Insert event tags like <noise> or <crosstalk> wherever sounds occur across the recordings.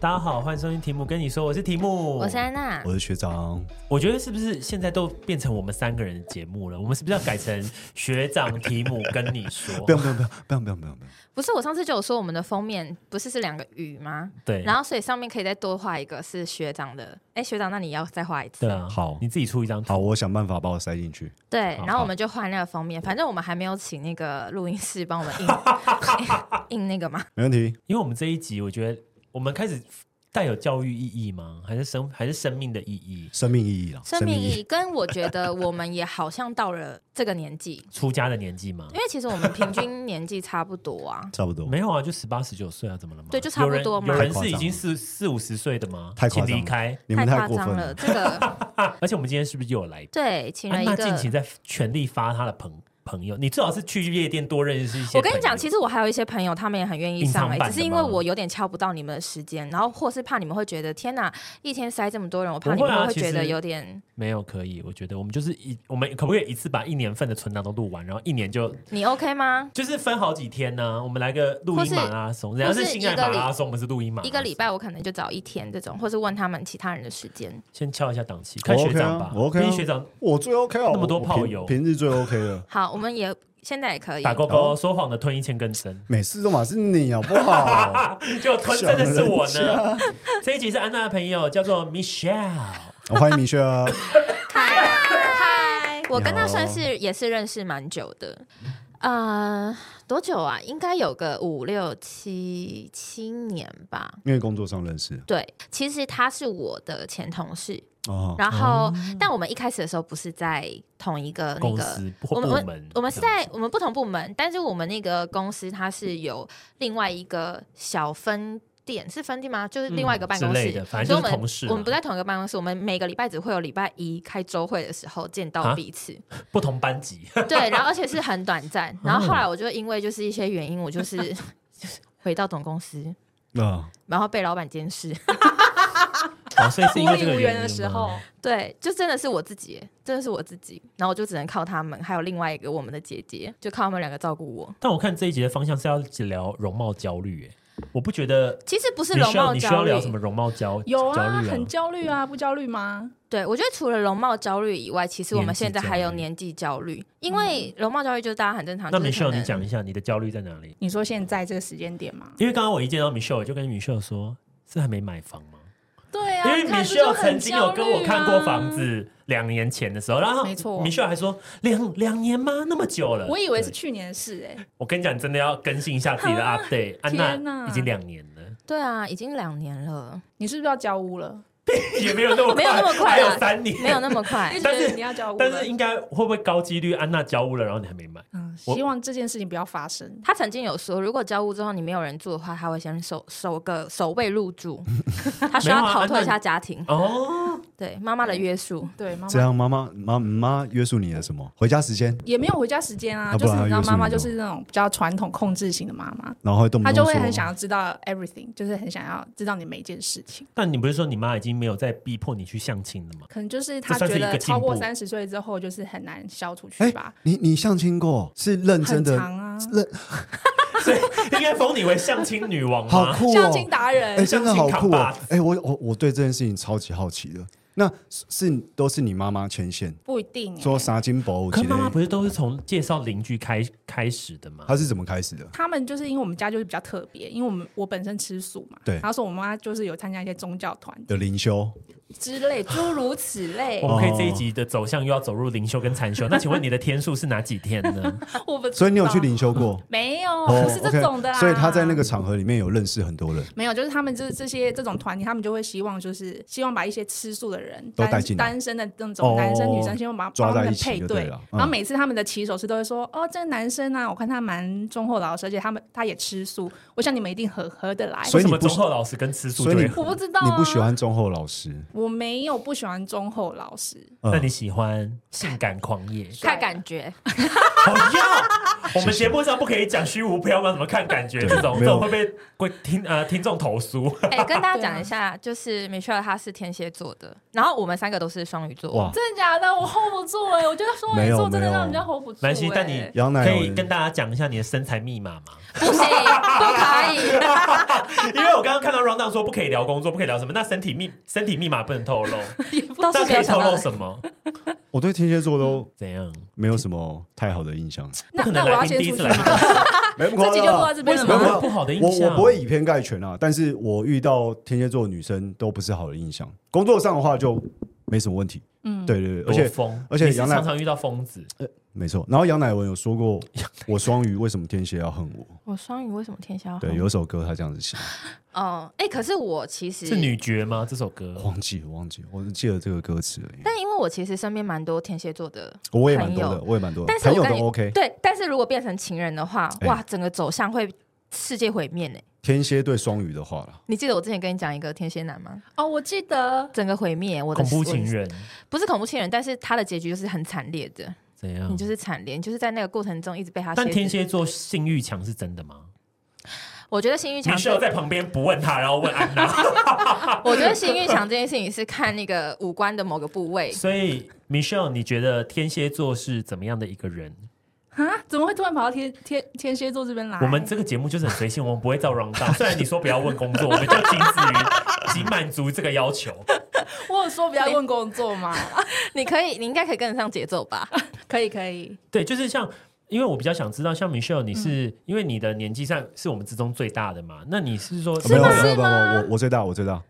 大家好，欢迎收听题目跟你说，我是题目，我是安娜，我是学长，我觉得是不是现在都变成我们三个人的节目了？我们是不是要改成学长题目跟你说？ <laughs> 不用不用不用不用不用不用不用，不是我上次就有说我们的封面不是是两个鱼吗？对，然后所以上面可以再多画一个是学长的，哎，学长，那你要再画一次对，啊，好你自己出一张图。好，我想办法把我塞进去。对，好然后我们就换那个封面，反正我们还没有请那个录音室帮我们印印那个嘛，没问题，因为我们这一集，我觉得我们开始带有教育意义吗？还是生还是生命的意义？生命意义啦，，生命意义跟我觉得我们也好像到了这个年纪，出家的年纪吗因？为其实我们平均年纪差不多啊差不多，没有啊，就十八十九岁啊，怎么了嘛？对就差不多嘛有人有太夸人是张了已经四四五十岁的吗？太夸张请了离开！ <laughs> 你太们夸太过张分了，。这个而且我们今天是不是又有来宾？对，请了安一娜个。啊近期在全力发她的朋朋友，你最好是去夜店多认识一些朋友。我跟你讲，其实我还有一些朋友，他们也很愿意上来隐藏，版的只是因为我有点敲不到你们的时间，然后或是怕你们会觉得天哪，一天塞这么多人，我怕你不会啊们会其觉实得有点，没有可以，我觉得我们就是一，我们可不可以一次把一年份的存档都录完，然后一年就你 OK 吗？就是分好几天呢、我们来个录或音啊是马拉松，人家或是是性爱一个马礼拉松，我们是录音啊马拉松。一个礼拜我可能就找一天这种，或是问他们其他人的时间。先敲一下档期，我看 OK 啊学长吧。我 OK 啊毕竟学长我最 OK 哦，那么多我炮友平平日最 OK 了，好，我们也现在也可以打，勾勾，说谎的吞一千根针，每次都嘛是你好不好？ <laughs> 就吞真的是我小人呢。 <laughs> 这一集是安娜的朋友，叫做 Michelle。我欢迎米雪啊，嗨，我跟他你好算是也是认识蛮久的。呃，多久啊？应该有个五六七七年吧。因为工作上认识对，其实他是我的前同事，哦，然后，但我们一开始的时候不是在同一个那公个。司或部我们我门们，我们是在我们不同部门，但是我们那个公司它是有另外一个小分店，是分店吗？就是另外一个办公嗯之室，类的反正就是所以我们同事啊我们不在同一个办公室，我们每个礼拜只会有礼拜一开周会的时候见啊到彼此，不同班级，对，然后而且是很短 <laughs> 暂。然后后哦来我就因为就是一些原因，我就是 <laughs> 就是回到总公司，啊，然后被老板监视，哦所以是因为这孤个立无原因援的时吗候，对，就真的是我自己耶，真的是我自己，然后我就只能靠他们，还有另外一个我们的姐姐，就靠他们两个照顾我。但我看这一集的方向是要聊容貌焦虑，哎，我不觉得其实不是你容需要貌你需要焦虑聊，什么容貌焦有焦啊，虑很焦虑啊，不焦虑吗？对我觉得除了容貌焦虑以外，其实我们年纪现在还有焦虑年纪焦虑，因嗯为容貌焦虑就是大家很正常。那就是可 Michelle，能你讲一下你的焦虑在哪里？你说现在这个时间点吗？因为刚刚我一见到 Michelle，我就跟 Michelle 说，是还没买房吗？对因啊，为你看 Michelle 这就曾很啊经有跟我看过房焦虑啊，子，两年前的时候，然后没错 Michelle 还说两两年吗？那么久了，我以为是对。去年的事哎，我跟你讲，你真的要更新一下自己的啊 update。安天娜哪已经两年了，对啊，已经两年了，你是不是要交屋了？也没有 <laughs> 那么没有那么快啊还有三年，没有那么快 <laughs> 你觉但是得你要交屋但了是？应该会不会高几率安娜交屋了，然后你还没买？嗯，我希望这件事情不要发生。他曾经有说，如果交屋之后你没有人住的话，他会先收收个守卫入 <laughs> 住，他需要没有啊逃脱一那下家庭，哦，对妈妈的约束。对，妈这妈样妈妈妈妈约束你了什么？回家时间，也没有回家时间啊，啊就不是然你知道，她约束妈妈你就干是那种比较传统控制型的妈妈，然后会嗯动不她动就会说很想要知道 everything，就是很想要知道你每一件事情。但你不是说你妈已经没有再逼迫你去相亲了吗？可能就是她这算是觉一个得进步超过三十岁之后，就是很难消出去哎吧，，你你相亲过是认真很的，长啊，认所以应该封你为相亲女王好吗？酷相亲哦，达人哎，。真的好相亲扛酷把哦子！哎，我我我对这件事情超级好奇的。那是是都是你妈妈牵线，不一定、欸，说啥金箔可之是妈妈类，不是都是从介绍邻居开开始的吗？他是怎么开始的？他们就是因为我们家就是比较特别，因为我们我本身吃素嘛，对然后说我妈就是有参加一些宗教团 <laughs> 的灵修之类，诸如此类 <laughs> 我。哦们可以这一集的走向又要走入灵修跟禅修，那请问你的天数是哪几天呢？我不知 <laughs> 道所以你有去灵修过？没有？哦不是这种的 o k 啦。所以他在啊那个场合里面有认识很多人，没有，就是他们这这些这种团体，他们就会希望就是希望把一些吃素的人都带单进来单身的那哦种男生女生，希望把抓把他在们一起配就对对了。嗯然后每次他们的起手式都会说：“哦，这个男生啊，我看他蛮忠厚老实，而且他们他也吃素，我想你们一定合合得来。”所以为什你么不忠厚老实跟吃素就所以会你我合？不知道、啊，你不喜欢忠厚老实，我没有不喜欢忠厚老实，嗯 <laughs> 那你喜欢性感狂野？看感觉，好要。我们节目上不可以讲虚无缥缈，怎么看感觉对这种，没这有种会被会听呃听众投 <laughs> 诉。 <laughs> 哎、跟大家讲一下，就是 Michelle 她是天蝎座的，然后我们三个都是双鱼座。哇，真的假的？我 hold 不住哎、我觉得双没鱼有座真的没有让人家 hold 不住、欸。南希，但你羊奶可油以跟大家讲一下你的身材密码吗？ <laughs> 不行，不可以。因为我刚刚看到 round down 说不可以聊工作，不可以聊什么，那身体密身体密码不能透露， <laughs> 倒那是没可有以想透到露的。什么？我对天蝎座都怎样？没有什么太好的 <laughs> 印象， <laughs> 不那可那能我要来宾先第一出次去来吗宾，没不这集就录到这边了为什么吗？不好的印我象我不会以偏概全啊，但是我遇到天蝎座的女生都不是好的印象。工作上的话就没什么问题，嗯，对对对，而多且疯，而且你是杨乃常常遇到疯子，没错。然后杨乃文有说过，我双鱼为什么天蝎要恨我？我双鱼为什么天蝎啊要对，有一首歌他这样子写，哦，哎、可是我其实是女爵吗？这首歌忘记了忘记了，我只记得这个歌词而已。但因为我其实身边蛮多天蝎座的，我也蛮多朋的，友我也蛮多的但，是朋我友跟都你哎 OK。对，但是如果变成情人的话，哎哇，整个走向会世界毁灭呢。天蝎对双鱼的话啦，你记得我之前跟你讲一个天蝎男吗？哦，我记得整个毁灭，我的恐怖情我人不是恐怖情人，但是他的结局就是很惨烈的，怎样你？就是惨烈，你就是在那个过程中一直被他。但天，蝎座性欲强是真的吗？我觉得性欲强你这，室友在旁边不问他，然后问安 <laughs> 娜，我觉得性欲强这件事情是看那个五官的某个部位，所以 Michelle，你觉得天蝎座是怎么样的一个人？啊，怎么会突然跑到天天天蝎座这边来？我们这个节目就是很随性，我们不会照 round <laughs> down。虽然你说不要问工作，我们就仅止于仅满足这个要求。我有说不要问工作吗？你可以，你应该可以跟得上节奏吧？可以可以，对，就是像，因为我比较想知道，像 Michelle，你是、嗯因为你的年纪上是我们之中最大的嘛？那你是说没有吗没有是没有，吗我我最大我最大，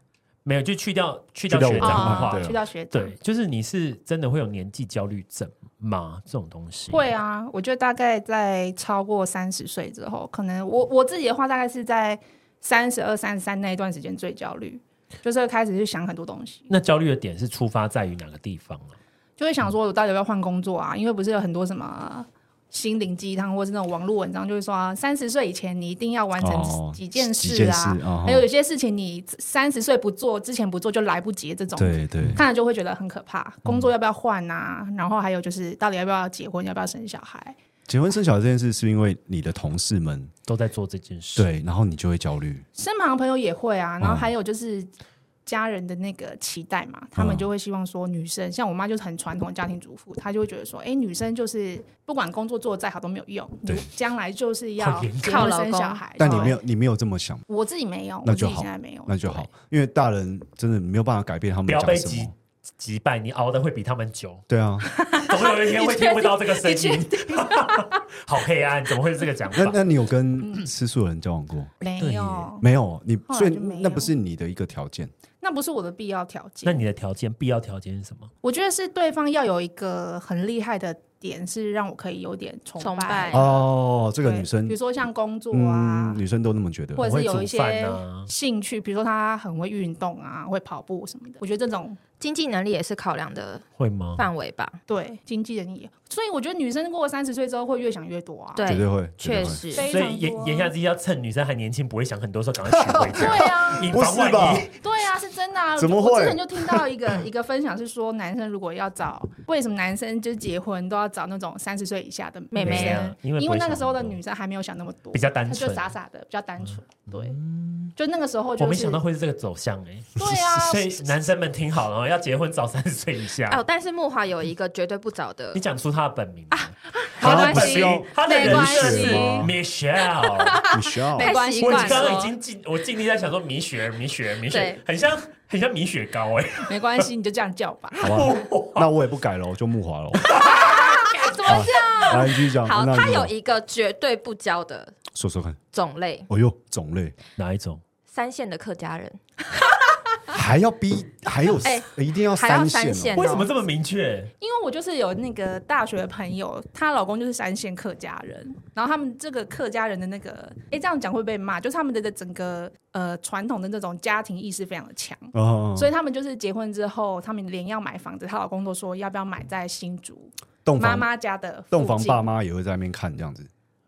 没有就去掉去掉去掉学我长的啊话？对哦去到学长对，就是你是真的会有年纪焦虑症吗？这种东西会啊，我觉得大概在超过三十岁之后，可能我我自己的话，大概是在三十二、三十三那一段时间最焦虑，就是会开始去想很多东西，那焦虑的点是出发在于哪个地方啊？就会想说我到底要不要换工作啊？因为不是有很多什么。心灵鸡汤或是那种网络文章，就是说啊，三十岁以前你一定要完哦成几件几事件啊，事啊哈还有有些事情你三十岁不做，之前不做就来不及这种。对嗯对，看了就会觉得很可怕。工作要不要换啊？然后还有就是，到底要不要结婚，要不要生小孩？结婚生小孩这件事是因为你的同事们都在做这件事。，对，然后你就会焦虑。身旁的朋友也会嗯啊，然后还有就是。家人的那个期待嗯嘛，他们就会希望说女生，像我妈就是很传统的家庭主妇，她就会觉得说，哎、女生就是不管工作做得再好都没有用，对你将来就是要好严格结婚靠老生公小孩。但你对没，有，你没有这么想，我自己没有，那我就自己好现在没有，那就好，因为大人真的没有办法改变他们不要被讲什击么。击败，你熬的会比他们久。对啊，总有一天会听不到这个声 <laughs> 音。 <laughs> 好黑暗，怎么会是这个讲那法？那你有跟吃素的人交往过？对对没耶有，没有，你哦后来所以就没有那不是你的一个条件。那不是我的必要条件。那你的条件必要条件是什么？我觉得是对方要有一个很厉害的点，是让我可以有点崇崇拜哎哦，这这个女生比如，说像工作啊嗯，，女生都那么觉得。或者是有我一会煮些饭啊兴趣，比如说她很会运动啊，会跑步什么的。我觉得这种经济能力也是考量的会吗？范围吧？对经济能力，所以我觉得女生过了三十岁之后会越想越多啊。绝对对，会，确绝对会。实。非常所多啊以言言下之意，要趁女生还年轻，不会想很多时候赶快娶回 <laughs> 对家， <laughs> 啊，以不防是吧万一。对啊，是真的啊！怎么我我会之前就听到一个一个分享是说，男生如果要找，为什么男生就结婚都要找那种三十岁以下的妹妹女生啊因为不会因为那个时候的想那么多女生还没有想那么多，比较单纯嗯她就傻傻的，比较单纯。对，就那个时候我就没是想到会是这个走向哎。对啊 <laughs> 所以男生们听好了哦，要结婚早三十岁以哦，下。但是木华有一个绝对不早的你，讲出他的本名吗，没他的关本系名，他的没人关设系是 <laughs> Michelle。你需要太没关习系我惯刚刚已了。经尽，我尽力在想说米雪儿、米雪儿、米雪儿对，很像很像米雪糕哎。没关系，你就这样叫吧。好吧？那我也不改了，我就木华了。怎么这样？来，你继续讲。好，那他你有一个绝对不交的说说看。种类，哎呦，种类哪一种？三线的客家人，还要逼，还有哎一定要还要三三线线哦。为什么这么明确？因为我就是有那个大学的朋友，她老公就是三线客家人，然后他们这个客家人的那个，哎，这样讲会被骂，就是他们的的整个呃传统的那种家庭意识非常的强，哦，所以他们就是结婚之后，他们连要买房子，她老公都说要不要买在新竹洞妈房妈家的附洞房近爸妈也会在那边看这样子，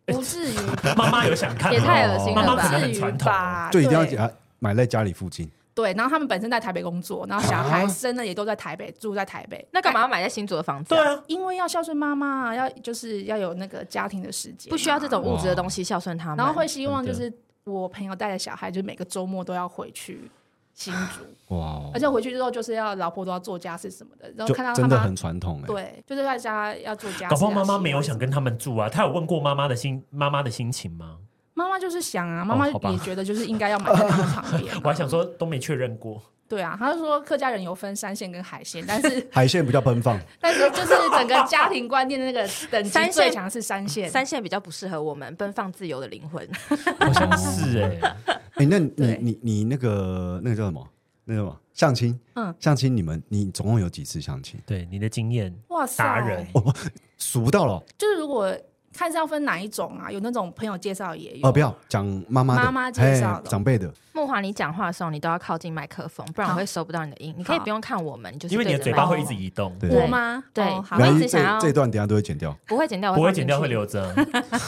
不至于，妈妈有想看也吗？太恶心妈了妈可不能吧？很至于 <laughs> 传统吧？就一定要啊对给他买在家里附近。对，然后他们本身在台北工作，然后小孩生了也都在台北，住在台北。那干嘛要买在新竹的房子、对啊？啊，因为要孝顺妈妈啊，要就是要有那个家庭的时间，啊不需要这种物质的东西孝顺他们。然后会希望就真是我朋友带着小孩，就是每个周末都要回去新竹，哇哦而，且回去之后就是要老婆都要做家事什么的，然后就看到他真的妈很传统哎。对，就是在家要做家事啊。搞不好妈妈洗没有碗想什么跟他们住啊。她有问过妈妈的心，妈妈的心情吗？妈妈就是想啊，妈哦妈好吧也觉得就是应该要买在他们旁边啊、我还想说都没确认过，对啊，他就说客家人有分山线跟海线，但是海鲜比较奔 <laughs> 放，但是就是整个家庭观念的那个等级山线最强是山线，三线比较不适合我们奔放自由的灵魂。 <laughs> 好像是哎，哎，那你对你你那个那个叫什么？那个什么相亲？嗯，相亲你们你总共有几次相亲？ <laughs> 对你的经验，哇塞，达人哦数不到了哦就是如果看是要分哪一种啊，有那种朋友介绍也有，哦，不要讲妈妈的妈妈介哎绍的长辈的，木华，你讲话的时候你都要靠近麦克风，不然我会收不到你的音。你可以不用看我们，你就是因为你的对着嘴麦巴克会风一直移动，对我吗？对哦好我没一关直系想要这这一段等一下都会剪掉，不会剪掉，不会放剪进掉去会。留着。 <laughs>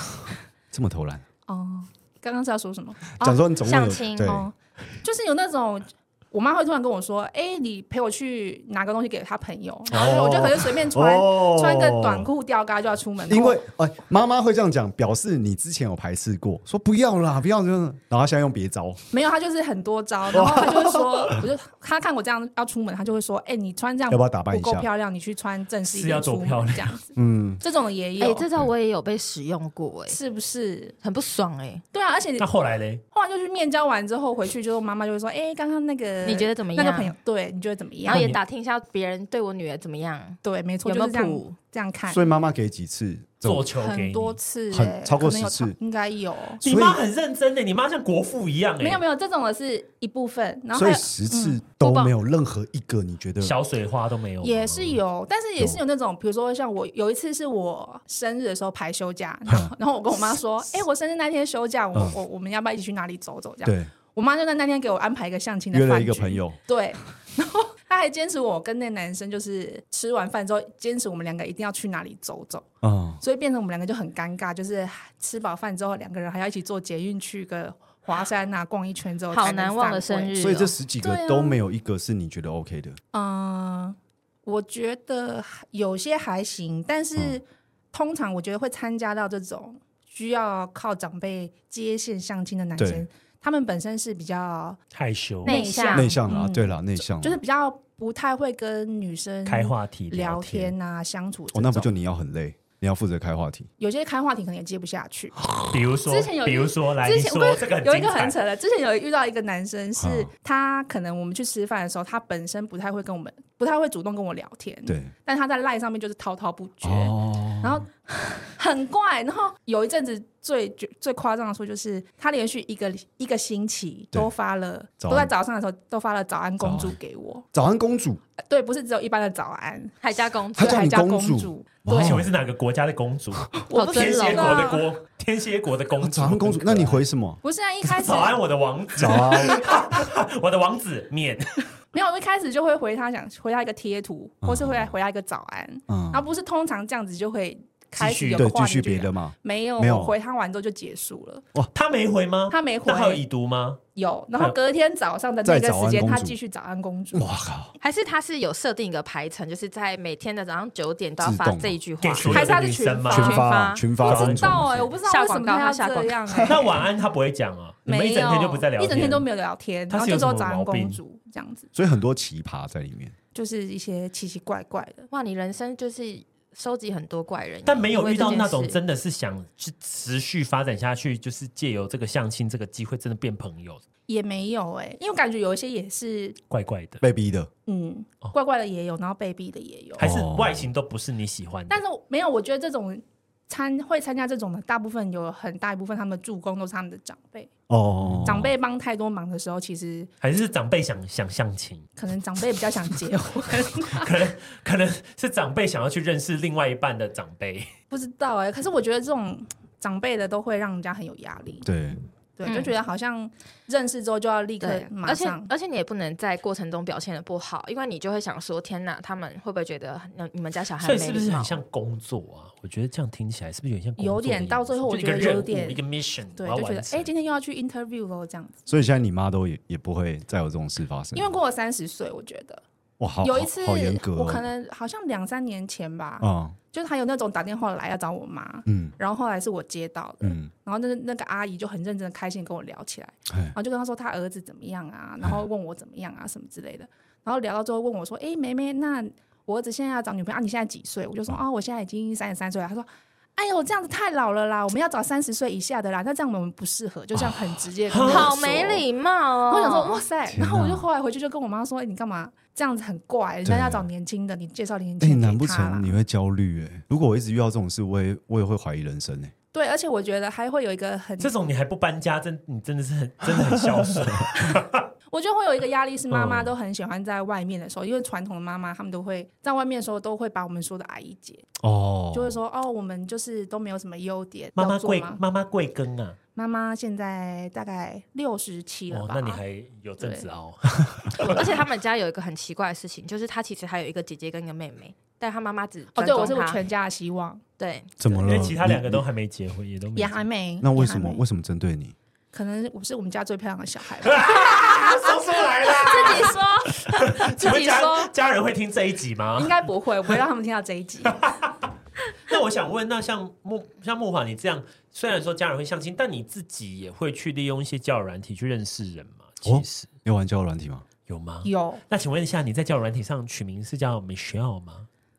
这么投篮。哦，刚刚是要说什么？讲说你总共有相亲对，哦，就是有那种。我妈会突然跟我说：“哎、你陪我去拿个东西给她朋友。”然后我就可能随便穿、哦 <laughs> 穿个短裤吊嘎就要出门，因为哎，妈妈会这样讲，表示你之前有排斥过，说不要啦，不要这样，然后她现在用别招，没有，他就是很多招，然后他就会说，我就他看我这样要出门，他就会说，哎、你穿这样哦要不要打扮一不下够漂亮，你去穿正式一是要点多出门漂亮这样子，嗯，这种也有，哎，哦这招我也有被使用过，哎，是不是？很不爽哎。对啊，而且那后来嘞，后来就去面交完之后回去，就是妈妈就会说，哎、刚刚那个你觉得怎么样那个朋友，对，你觉得怎么然样后？也你打听一下别人对我女儿怎么样，对，没错，有没有就是这样谱？这样看，所以妈妈给几次这种做球给很你，多次、很哎超过可能有10次应该有。你妈很认真欸的，你妈像国父一样哎，没有没有，这种的是一部分，然后所还以有嗯十次都没有任何一个你觉得小水花都没有吗，也是有，但是也是有那种，比如说像我有一次是我生日的时候排 <laughs> 休假，然后然后我跟我妈说，哎、我生日那天休假，我、嗯我我们要不要一起去哪里走走？这样，对我妈就在那天给我安排一个相亲的约了饭一个局朋，友，对，然后她还坚持我跟那男生就是吃完饭之后，坚持我们两个一定要去哪里走走，嗯，所以变成我们两个就很尴尬，就是吃饱饭之后，两个人还要一起坐捷运去个华山啊逛一圈之后，好难忘的生日，日哦。嗯所以这十几对个啊都没有一个是你觉得 OK 的，嗯，我觉得有些还行，但是通常我觉得会参加到这种需要靠长辈接线相亲的男对生，他们本身是比较害羞，内向内向啦，嗯对啦，内向啦，就是比较不太会跟女生开话题聊天，天啊相处这哦，种。那不就你要很累，你要负责开话题，有些开话题可能也接不下去。比如说之前有，一比如说，来，之你前说这个有一精个很彩扯的，之前有遇到一个男生是，嗯他可能我们去吃饭的时候，他本身不太会跟我们，不太会主动跟我聊天，对，但他在赖上面就是滔滔不绝，哦，然后很怪，然后有一阵子最最最夸张的说，就是他连续一个一个星期对都发了，早都安在早上的时候都发了早安公早主安给我。早安公主，呃对，不是只有一般的早安，海家公主她对，叫还你叫公公主我哇请问是哪个国家的公主？我好不天尊知蝎荣国的道，国，天蝎国的公主。哦早安公主，那你回什么？不是啊，一开始早安，我的王子早，啊安， <laughs> 我的王子面。没有，我一开始就会回他想回他一个贴图，或是回来回他一个早安，嗯然后，不是通常这样子就会开继始续有对，话继题续就别聊的嘛，没有，没有我回他完之后就结束了，他没回吗？他没回那，还有已读吗？有，然后隔天早上的再那个早安时间公他主继续早安公主，哇靠，还是他是有设定一个排程，就是在每天的早上九点都要自发动这一句话给。所还有是他的是女生吗？群发群发啊发群发不不公知主，道哎、我不知道为什么他要下广告这样、欸。 <laughs> 那晚安他不会讲啊？你们没一有，整天就不在聊一天，整天都没有聊天，他然是后有就什么只有早安毛病公主这样子，所以很多奇葩在里面。就是一些奇奇怪怪的。哇，你人生就是收集很多怪人，但没有遇到那因种为这件事真的是想去持续发展下去，就是借由这个相亲这个机会，真的变朋友，也没有哎、因为我感觉有一些也是，怪怪的，被逼的，嗯哦，怪怪的也有，然后被逼的也有。还是外形都不是你喜欢的但。是我没有，我觉得这种参会参加这种的，大部分有很大一部分他们的助攻都是他们的长辈，哦，长辈帮太多忙的时候，其实还是长辈想想相亲，可能长辈比较想结婚， <laughs> 可能可能是长辈想要去认识另外一半的长辈，欸不知道哎、可是我觉得这种长辈的都会让人家很有压力。对，对，嗯就觉得好像认识之后就要立刻对，马而且上。而且你也不能在过程中表现的不好，因为你就会想说，天哪，他们会不会觉得那你们家啊小孩所以没是不礼是貌很像工作啊？我觉得这样听起来是不是有点像工作有点的意思到最后就我一个觉得任有务点一个 mission，对，我要就觉得完成哎，今天又要去 interview 喽，这样子。所以现在你妈都也也不会再有这种事发生，因为过了三十岁，我觉得哇，好有一次，好好严格哦，我可能好像两三年前吧，啊，就是还有那种打电话来要找我妈，嗯然后后来是我接到的，嗯，然后那那个阿姨就很认真的开心地跟我聊起来，哎然后就跟她说她儿子怎么样啊，然后问我怎么样啊什么之类的，然后聊到之后问我说，哎、妹妹，那我儿子现在要找女朋友啊，你现在几岁？我就说嗯啊、我现在已经三十三岁了。她说。哎呦，这样子太老了啦！我们要找三十岁以下的啦，那这样我们不适合，就这样很直接地跟我说。好没礼貌哦！我想说，哇塞！啊天哪然后我就后来回去就跟我妈说：“哎、你干嘛这样子很怪？人家要找年轻的，你介绍年哎、轻人难给不呃他啦成。你会焦虑？哎，如果我一直遇到这种事，我也我也会怀疑人生哎、对，而且我觉得还会有一个很，这种你还不搬家，真你真的是很真的很孝 <laughs> 顺。我觉得会有一个压力是妈妈嗯都很喜欢在外面的时候，因为传统的妈妈她们都会在外面的时候都会把我们说的阿姨姐，哦就会说哦，我们就是都没有什么优点，妈妈要做贵吗妈妈贵庚啊？妈妈现在大概六十七了哦，吧？那你还有阵子熬。 <laughs> 而且他们家有一个很奇怪的事情，就是他其实还有一个姐姐跟一个妹妹，但他妈妈只哦，对我是我专攻她全家的希望，对怎么因了？为其他两个都你还没结婚，也都没结也还婚。没。那为也还什么没为什么针对你？可能我是我们家最漂亮的 <laughs> 小孩吧。说出来啦！自 <laughs> 己说，请自问己家说家人会听这一集应吗？该不会，我不会让他们听到这一 <laughs> 集。那我想问，那像木像木华你这样，虽然说家人会相亲，但你自己也会去利用一些交友软体去认识人吗？哦其实、你有玩交友软体吗？有吗？有那请问一下，你在交友软体上取名是叫 Michelle 吗？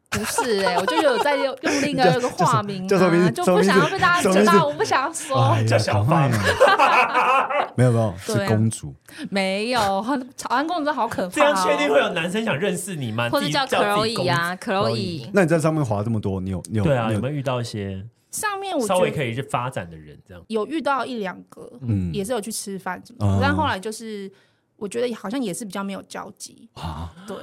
不是哎、我就有在用用 <laughs> 另一个有个化名、啊，叫什么名字就什么不名字想要被大家什么知名字道，我不想要说哎，呀叫小芳赶快 <laughs> 啊没有没有，对是啊公主。没有。草安公主真的好可怕、哦，这样确定会有男生想认识你吗？或自者己叫自己 Chloe 啊公主，Chloe，那你在上面滑这么多，你有你有对啊，你有有没有遇到一些上面我稍微觉得可以去发展的人？这样有遇到一两个，嗯也是有去吃饭什么嗯的，但后来就是我觉得好像也是比较没有交集，啊？对。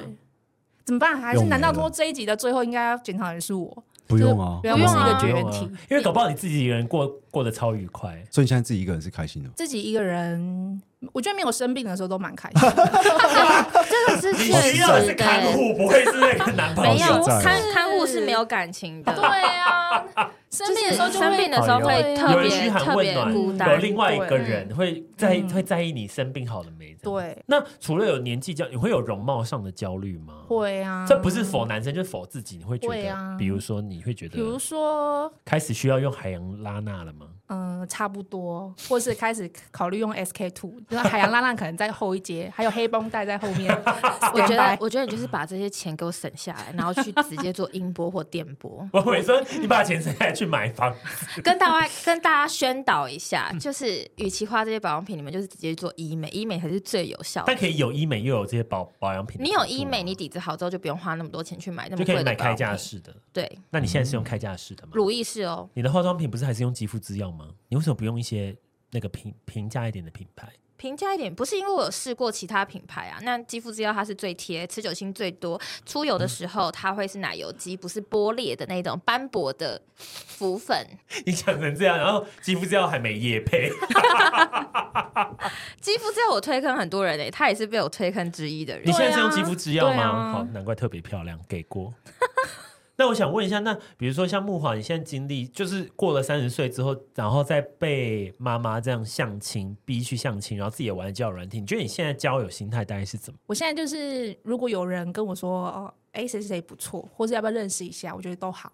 怎么办？还是用没难道了说这一集的最后应该要检讨的是我？不用啊，就是不用是一啊个绝缘体，因为搞不好你自己一个人过过得超愉快。所以你现在自己一个人是开心的吗。自己一个人，我觉得没有生病的时候都蛮开心的。这个是你确需实要的哦是的看欸。护，不会是那个男朋没友有。好实在哦看看护是没有感情的，对啊，生就病的是时候就生病会的时候哎会呦特有人别嘘寒特问别暖，孤有单。另外一个对人会在嗯会在意你生病好了没？这样。对那除了有年纪焦，你会有容貌上的焦虑吗？。会啊，这不是否男生，就是否自己，你会觉会得，啊比如说你会觉比如得说，开始需要用海洋拉娜了吗？ <laughs> 嗯、差不多，或是开始考虑用 SK two，就是海洋浪浪可能在后一节，还有黑绷带在后面。我觉得，我觉得你就是把这些钱给我省下来，然后去直接做音波或电 <laughs> 波。我我说你把钱省下来去买房，跟大家跟大家宣导一下，就是与其花这些保养品，你们就是直接做医美，医美才是最有效但的。可以有医美又有这些保保养品的你辅助有吗。医美，你底子好之后就不用花那么多钱去买那啊就么可贵以的买保开养架品。嗯式的。对，那你现在是用开架式的吗？乳液是哦，你的化妆品不是还是用肌肤之钥吗？你为什么不用一些那个平平价一点的品牌？平价一点，不是因为我有试过其他品牌啊。那肌肤之钥它是最贴，持久性最多，出嗯油的时候它会是奶油肌，不是剥裂的那种斑驳的浮粉。你讲成这样， <laughs> 然后肌肤之钥还没夜配，啊肌肤之钥我推坑很多人诶、他也是被我推坑之一的人你。现在是用肌肤之钥对吗？啊好，难怪特别漂亮，给过。 <laughs> 那我想问一下，那比如说像木华，你现在经历就是过了三十岁之后，然后再被妈妈这样相亲逼去相亲，然后自己也玩交友软体，你觉得你现在交友心态大概是怎么？我现在就是，如果有人跟我说，哦，哎，谁谁谁不错，或是要不要认识一下，我觉得都好，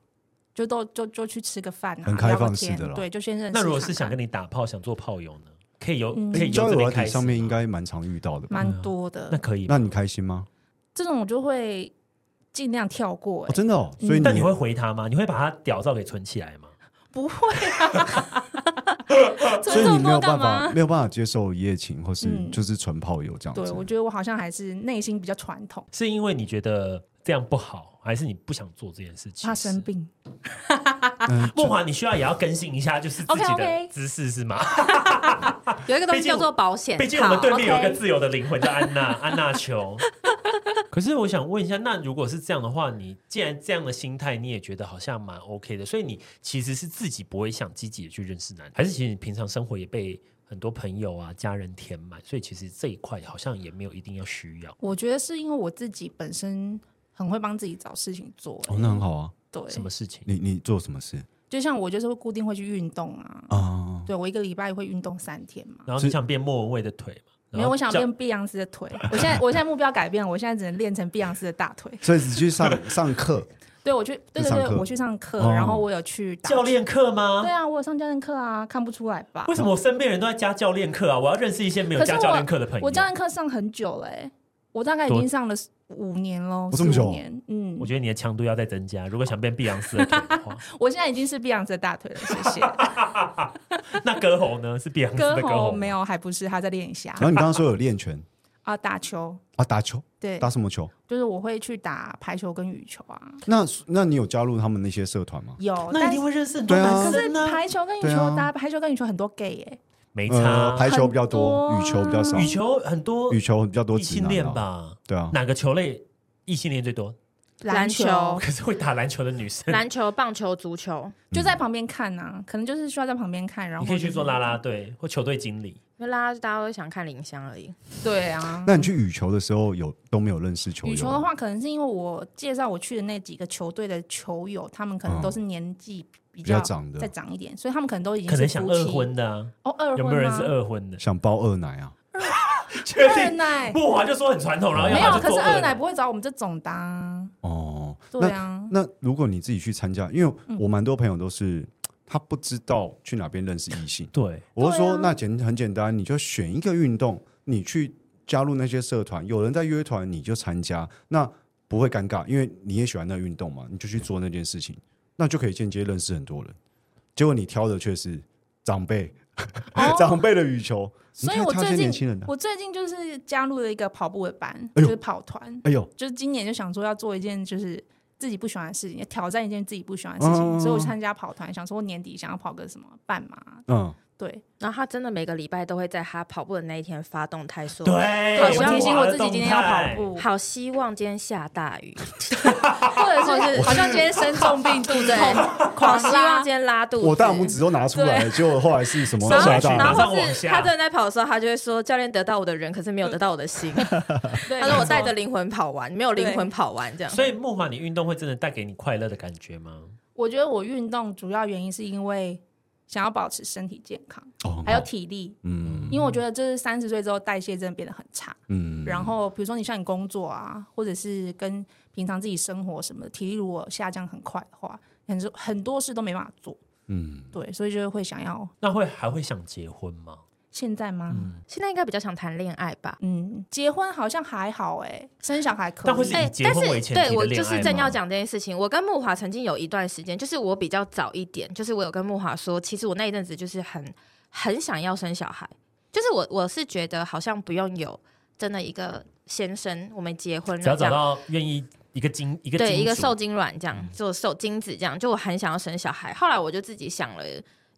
就都就就去吃个饭啊，很开放式聊个的啦天对，就先认识看那看。如果是想跟你打炮，想做炮友呢？可以由嗯可以由交这友边软开体始上面应吗该蛮常遇到的吧？蛮多嗯的，那可以吗那？你开心吗？这种我就会尽量跳过、哦，哎、真的哦，嗯所以但你会回他吗？你会把他屌照给存起来吗？不会啊， <laughs> 所存以这你么没有办多干法，嘛？没有办法接受一夜情，或是嗯就是纯炮友这样子。对，我觉得我好像还是内心比较传统，是因为你觉得这样不好，还是你不想做这件事情？怕生。病。嗯梦华，你需要也要更新一下，就是自己的 OK，OK 姿势是吗？ <laughs> 有一个东西叫做保险套，毕竟我们对面有一个 OK 自由的灵魂叫安娜， <laughs> 安娜球。可是我想问一下，那如果是这样的话，你既然这样的心态，你也觉得好像蛮 OK 的，所以你其实是自己不会想积极的去认识男，还是其实你平常生活也被很多朋友啊、家人填满，所以其实这一块好像也没有一定要需要我觉得是因为我自己本身很会帮自己找事情做、欸哦，那很好啊。对，什么事情。你你做什么事就像我就是会固定会去运动啊，啊？对我一个礼拜会运动三天嘛。然后你想变莫文蔚的腿嘛？没有，我想变。变碧昂斯的腿。我现在我现在目标改变了，我现在只能练成碧昂斯的大腿。所以只去上上课，对，我去，对去对上对，课我去上课，哦然后我有去打教练课吗？对啊，我有上教练课啊，看不出来吧为？什么我身边人都在加教练课啊？我要认识一些没有可是加我教练课的朋友。我教练课上很久了，欸，我大概已多经上了五年喽，哦这么久四五年。嗯，我觉得你的强度要再增加，如果想变碧昂斯的腿的 <laughs> 话，我现在已经是碧昂斯的大腿了，谢 <laughs> 谢。那歌喉呢？是碧昂斯歌的歌喉喉啊没有，还不是，还在练一下然后你刚刚说有练拳啊，打球。啊，打球，对，打什么球？就是我会去打排球跟羽球啊，那那你有加入他们那些社团吗？有，那一但定是会啊认识很多男啊可是生呢、排球跟羽对球啊打排球跟羽球很多 gay 哎，没差、啊呃，排球比较多，很多啊羽球比较少，羽球很多羽球比较多异直性男恋啊。吧？对啊，哪个球类异性恋最多？ <laughs> 篮球可是会打篮球的女生，篮球、棒球、足球，就在旁边看呐，可能就是需要在旁边看，然 <laughs> 嗯后你可以去就是做啦啦队或球队经理。因为拉大家都想看林香而已。对啊。那你去羽球的时候有都没有认识球友？啊羽球的，话，可能是因为我介绍我去的那几个球队的球友，他们可嗯能都是年纪比比较较长的再长一点，所以他们可能都已经可能是想夫二妻婚的、啊，哦，二婚有没有人是吗二婚的？想包二奶啊？确二定？奶？木华就说很传统，然后要没么有，啊就可做是二二奶不会找我们这种的啊。哦，那对啊，那如果你自己去参加，因为嗯我蛮多朋友都是他不知道去哪边认识异性，对，我是对说啊那简很简单，你就选一个运动，你去加入那些社团，有人在约团你就参加，那不会尴尬，因为你也喜欢那个运动嘛，你就去做那件事情，那就可以间接认识很多人。结果你挑的却是长辈， <laughs> 长辈的羽球，你哦所以就我挑一些最年近轻人的、啊我最近就是加入了一个跑步的班，哎就呦是跑团，哎呦，就是今年就想说要做一件就是自己不喜欢的事情，要挑战一件自己不喜欢的事情，嗯所以我参加跑团，想说年底想要跑个什么半马，嗯，对，然后他真的每个礼拜都会在他跑步的那一天发动态说，对，好木我华提醒我的自己动今天要态跑步，好希望今天下大 <laughs> 雨，或者或者是是好像今天生重病肚子对，好希望今天拉肚子。我大拇指都拿出来了，结果后来是什么然后耍然后马然大的？后上或往是下他真的在跑的时候，他就会说：“教练得到我的人，可是没有得到我的心。”对他说：“我带着灵魂跑完，没有灵魂跑完。”这样，所以木华，你运动会真的带给你快乐的感觉吗？我觉得我运动主要原因是因为想要保持身体健康，哦还有体力，嗯因为我觉得就是三十岁之后代谢真的变得很差。嗯，然后比如说你像你工作啊，或者是跟平常自己生活什么的，体力如果下降很快的话，很多很多事都没办法做。嗯，对，所以就会想要那会还会想结婚吗？现在吗？嗯现在应该比较想谈恋爱吧？嗯结婚好像还好哎、生小孩可以，但会是以结哎但婚为是前提对的我恋就爱是正吗要讲这件事情。我跟木华曾经有一段时间，就是我比较早一点，就是我有跟木华说，其实我那一阵子就是很很想要生小孩，就是我我是觉得好像不用有真的一个先生，我们结婚了只要这找样。到愿意一个金一个对金一个主嗯受精卵这样，就受精子这样，就我很想要生小孩。后来我就自己想了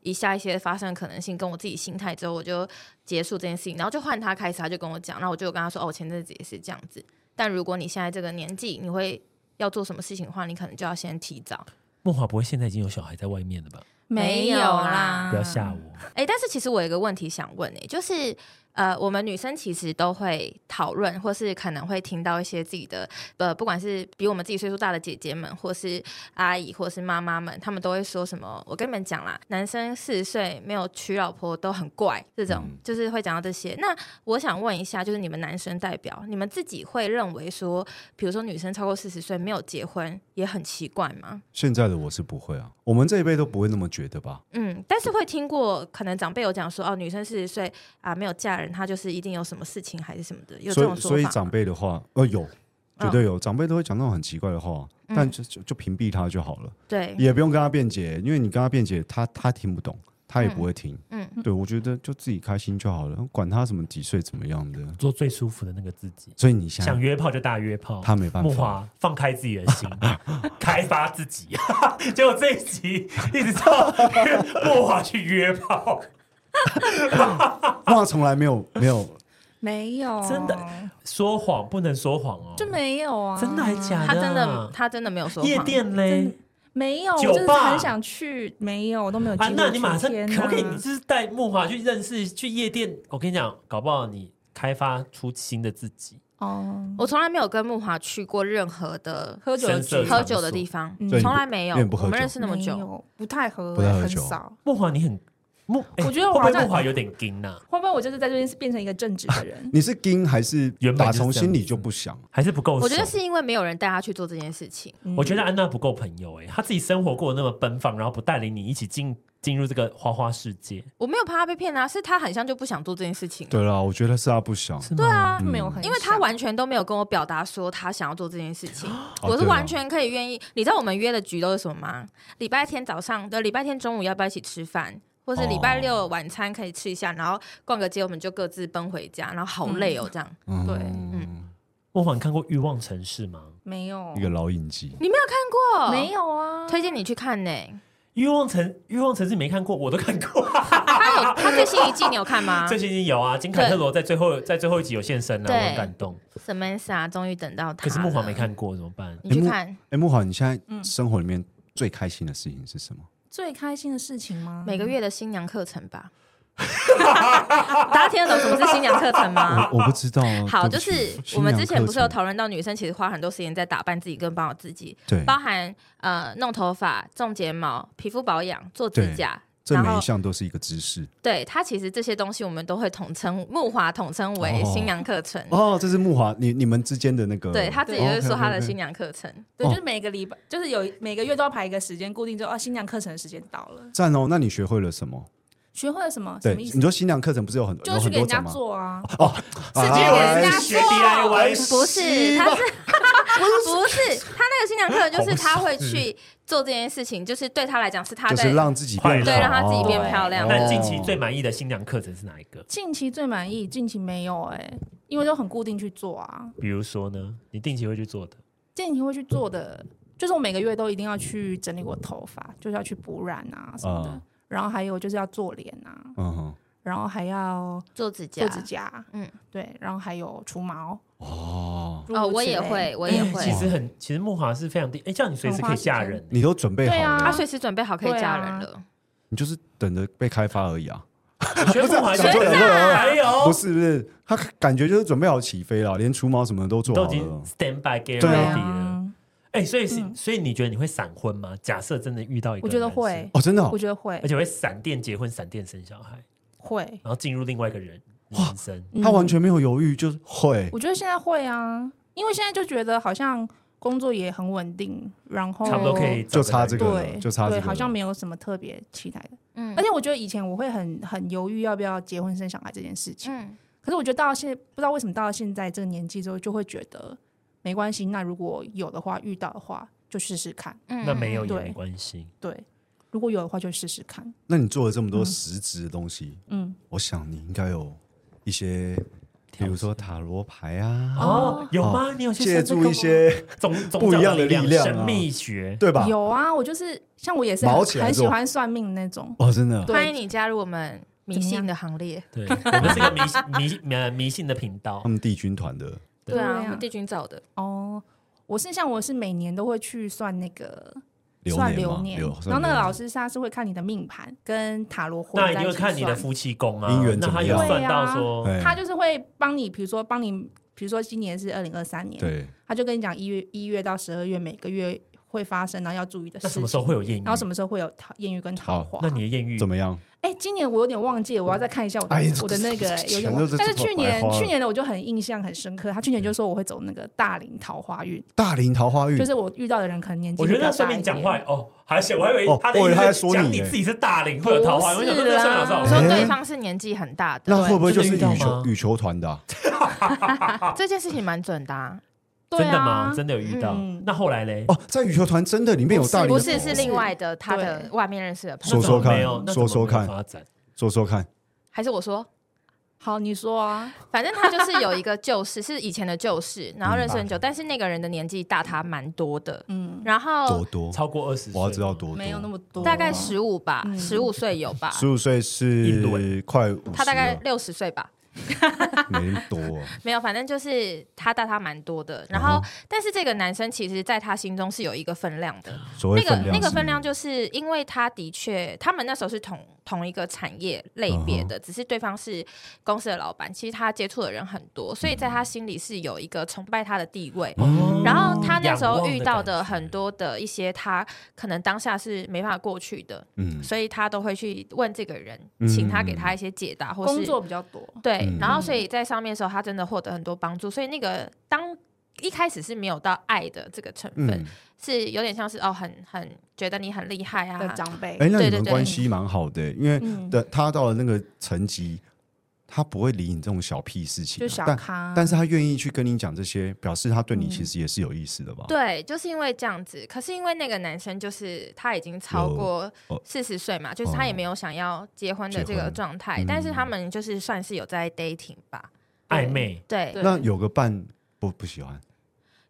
一下一些发生的可能性，跟我自己心态之后，我就结束这件事情，然后就换他开始，他就跟我讲，那我就跟他说，哦，我前阵子也是这样子，但如果你现在这个年纪，你会要做什么事情的话，你可能就要先提早。梦华不会现在已经有小孩在外面了吧？没有啦，嗯不要吓我，哎，但是其实我有一个问题想问诶、就是呃，我们女生其实都会讨论，或是可能会听到一些自己的呃，不管是比我们自己岁数大的姐姐们，或是阿姨，或是妈妈们，她们都会说什么？我跟你们讲啦，男生四十岁没有娶老婆都很怪，这种、嗯就是会讲到这些。那我想问一下，就是你们男生代表，你们自己会认为说，比如说女生超过四十岁没有结婚也很奇怪吗？现在的我是不会啊，我们这一辈都不会那么觉得吧？嗯，但是会听过，可能长辈有讲说，哦，女生四十岁啊没有嫁人，她就是一定有什么事情还是什么的，有这所种以说法所以吗嗯长辈的话，呃，有绝对有，长辈都会讲那种很奇怪的话，但就就就屏蔽他就好了，对，也不用跟他辩解，因为你跟他辩解，他他听不懂，他也嗯不会听。嗯，对我觉得就自己开心就好了，管他什么几岁怎么样的。做最舒服的那个自己，所以你想想约炮就大约炮。嗯他没办木法，华放开自己的 <laughs> 心，开发自己。 <laughs> 结果这一集一直到木华去约炮，哇，啊从来没有没有，没有，真的说谎不能说谎哦，就没有啊，真的还假的啊？她真的她真的没有说夜谎，店嘞真？没有，我酒就是吧很想去，没有，我都没有机啊会，去。那你马上天可不可以？哪你就是带木华去认识，去夜店。我跟你讲，搞不好你开发出新的自己。哦，我从来没有跟木华去过任何的喝酒的深色局场喝酒的地方嗯，所以你不从来没有。因为你不喝我们酒认识那么没久，有，不太合，不太喝很酒？少。木华，你很木，哎我觉得会不我好会像木华有点啊硬呐，会不会我就是在这边变成一个正直的 <laughs> 人你是金还是原本就是打这样从子心里就不想？还是不够熟？我觉得是因为没有人带他去做这件事情。嗯我觉得安娜不够朋友哎、欸，她自己生活过得那么奔放，然后不带领你一起进进入这个花花世界，我没有怕他被骗啊，是他很像就不想做这件事情。啊对嗯啦，我觉得是他不想，是吗？对，啊，嗯没有很，因为他。完全都没有跟我表达说他想要做这件事 <laughs> 情，我是对啊完全可以愿意。你知道我们约的局都是什么吗？礼拜天早上，对，礼拜天中午要不要一起吃饭？或是礼拜六晚餐可以吃一下，然后逛个街，我们就各自奔回家，然后好累哦，这样。嗯对嗯莫凡看过《欲望城市》吗？没有一，个老影集，你没有看过？没，有啊，推荐你去看呢、 《欲望城欲望城市》没看过，我都看过。他有他最新一季，你有看 <laughs> 吗最近已经有啊，金凯特罗在最后在最后一集有现身了、对我很感动。 ？Samantha 终于等到他，可是木华没，看过，怎么办？你去看。哎，木华，你现在嗯生活里面最开心的事情是什么？最开心的事情吗？每个哦月的新娘课程吧。大家听得懂什么是新娘课程 <laughs> 吗？我我不知道啊。好，对就不起是新我们娘之前课不是有程讨论到，女生其实花很多时间在打扮自己跟保养自己，对包含呃弄头发、种睫毛、皮肤保养、做指甲。这然每后一项都是一个知识对它其实这些东西我们都会统称木华统称为哦新娘课程，哦。这是木华，你你们之间的那个，对他自己就哦是说他的 OK，OK，OK 新娘课程。对，哦就是每个礼拜，就是有每个月都要排一个时间，固定之后，哦，新娘课程的时间到了，赞哦。那你学会了什么？学会了什么？什对，么意思你？说新娘课程不是有很就有是去很给多人家种吗？做啊，啊去给人家哎学 <laughs> 做 DIY，不是， <laughs> 他是不是他那个新娘课就是他会去做这件事情，就是对他来讲是他就在是让自己快变乐对好让他自己变哦漂亮。那近期最满意的新娘课程是哪一个？近期最满意，近期没有哎、因为就很固定去做啊，比如说呢，你定期会去做的近期会去做的，就是我每个月都一定要去整理我头发，就是要去补染啊什么的，嗯然后还有就是要做脸啊，嗯哼，然后还要做指甲做，指甲，嗯嗯，对，然后还有除毛。哦，诸如哦，我此也类，会，我嗯也哎其会，实很，其实木华是非常低，哎、这样你随时可以嫁人、你都准备好对啊他了，随时准备好可以嫁人了。你就是等着被开发而已啊。我觉得木华哎不是真的真的还不哦有，是不是，他感觉就是准备好起飞了，连除毛什么的都做都好已经了。 stand by get 对 ready 啊了。嗯，哎、所以是、嗯所以你觉得你会闪婚吗？假设真的遇到一个，我觉得，会，哦，真的哦我觉得会而，且会闪电结婚、闪电生小孩，会。然后进入另外一个人人生。他完嗯全没有犹豫，就是会。我觉得现在会啊，因为现在就觉得好像工作也很稳定，然后差不多可以找就个差这人个了对，就差这对，个了好像没有什么特别期待的。嗯而且我觉得以前我会很很犹豫要不要结婚生小孩这件事情，嗯，可是我觉得到现不知道为什么到了现在这个年纪之后，就会觉得没关系。那如果有的话，遇到的话就试试看。嗯那没有也对没关系。对，如果有的话就试试看。那你做了这么多实质的东西，嗯，我想你应该有一些，比如说塔罗牌啊，哦，有吗？你有去借上这个助吗一些总总不一样的力力量啊神秘学。对吧？有啊，我就是像我也是毛很起来很喜做欢算命那种。哦，真的对欢迎你加入我们迷信的行列。对，我们是个迷信迷迷迷信的频道他。们帝军团的对对对啊，啊我们帝君造的，哦，我是像我是每年都会去算那个流算年流嘛，年，流然后那个老师师他是会看你的命盘跟塔罗混那在一一起定会看你的算啊夫妻宫啊，姻缘那怎么他有样算到说，对他就是会帮你，比如说帮你，比如说今年是二零二三年，对他就跟你讲一月一月到十二月每个月会发生，然后要注意的那什事情么，时候会有艳遇？然后什么时候会有桃艳遇跟桃好花那。你的艳遇怎么样？哎，今年我有点忘记，我要再看一下我的哎呀我的那个哎有点全忘都是，但是去白年花了去年的我就很印象很深刻，他去年就说我会走那个大龄桃花运，大龄桃花运就是我遇到的人可能年纪我觉得比较那说大明一讲点话哦，还是我还以为哦他的我意以为思他在是说讲你你耶自己是大龄会有桃花，我啊想说不是那算老师啦，好我笑说哎对方是年纪很大的，那会不会就是真的羽遇到吗球羽球团的啊？这件事情蛮准的啊。对真的啊吗？真的有遇到嗯？那后来嘞？哦，在羽球团真的里面有大龄的不桃是花，是另外的，他的对外面认识的那朋怎么友，说说看没有那怎么说说看没有发展说说看，还是我说，好，你说啊，反正他就是有一个旧事，是以前的旧事，然后认识很久，但是那个人的年纪大他蛮多的，嗯，然后多多，超过二十，哦我要知道多多，没有那么多，啊大概十五吧，嗯十五岁有吧，十五岁一轮是快50了，他大概六十岁吧，没那么多哦、 <laughs> 没有，反正就是他大他蛮多的。然后，但是这个男生其实在他心中是有一个分量的，所谓那个分量那个是分量，就是因为他的确，他们那时候是同同一个产业类嗯别的，只是对方是公司的老板，其实他接触的人很多，所以在他心里是有一个崇拜他的地位。嗯哦然后他那时仰候望遇到的的感觉很多的一些他可能当下是没办法过去的，嗯，所以他都会去问这个人，嗯请他给他一些解答，或工是作比较多，对，嗯然后所以在上面的时候，他真的获得很多帮助。所以那个当一开始是没有到爱的这个成分，嗯，是有点像是哦，很很觉得你很厉害啊的，长辈。哎，那对你们对对关系蛮好的、欸因为嗯，的他到了那个层级，他不会理你这种小屁事情啊、就小但咖，但是他愿意去跟你讲这些，表示他对你其实也是有意思的嗯吧？对，就是因为这样子。可是因为那个男生就是他已经超过有哦四十岁嘛，就是他也没有想要结婚的这结个婚状态，嗯但是他们就是算是有在 dating 吧，暧昧，对，对那有个伴不不喜欢，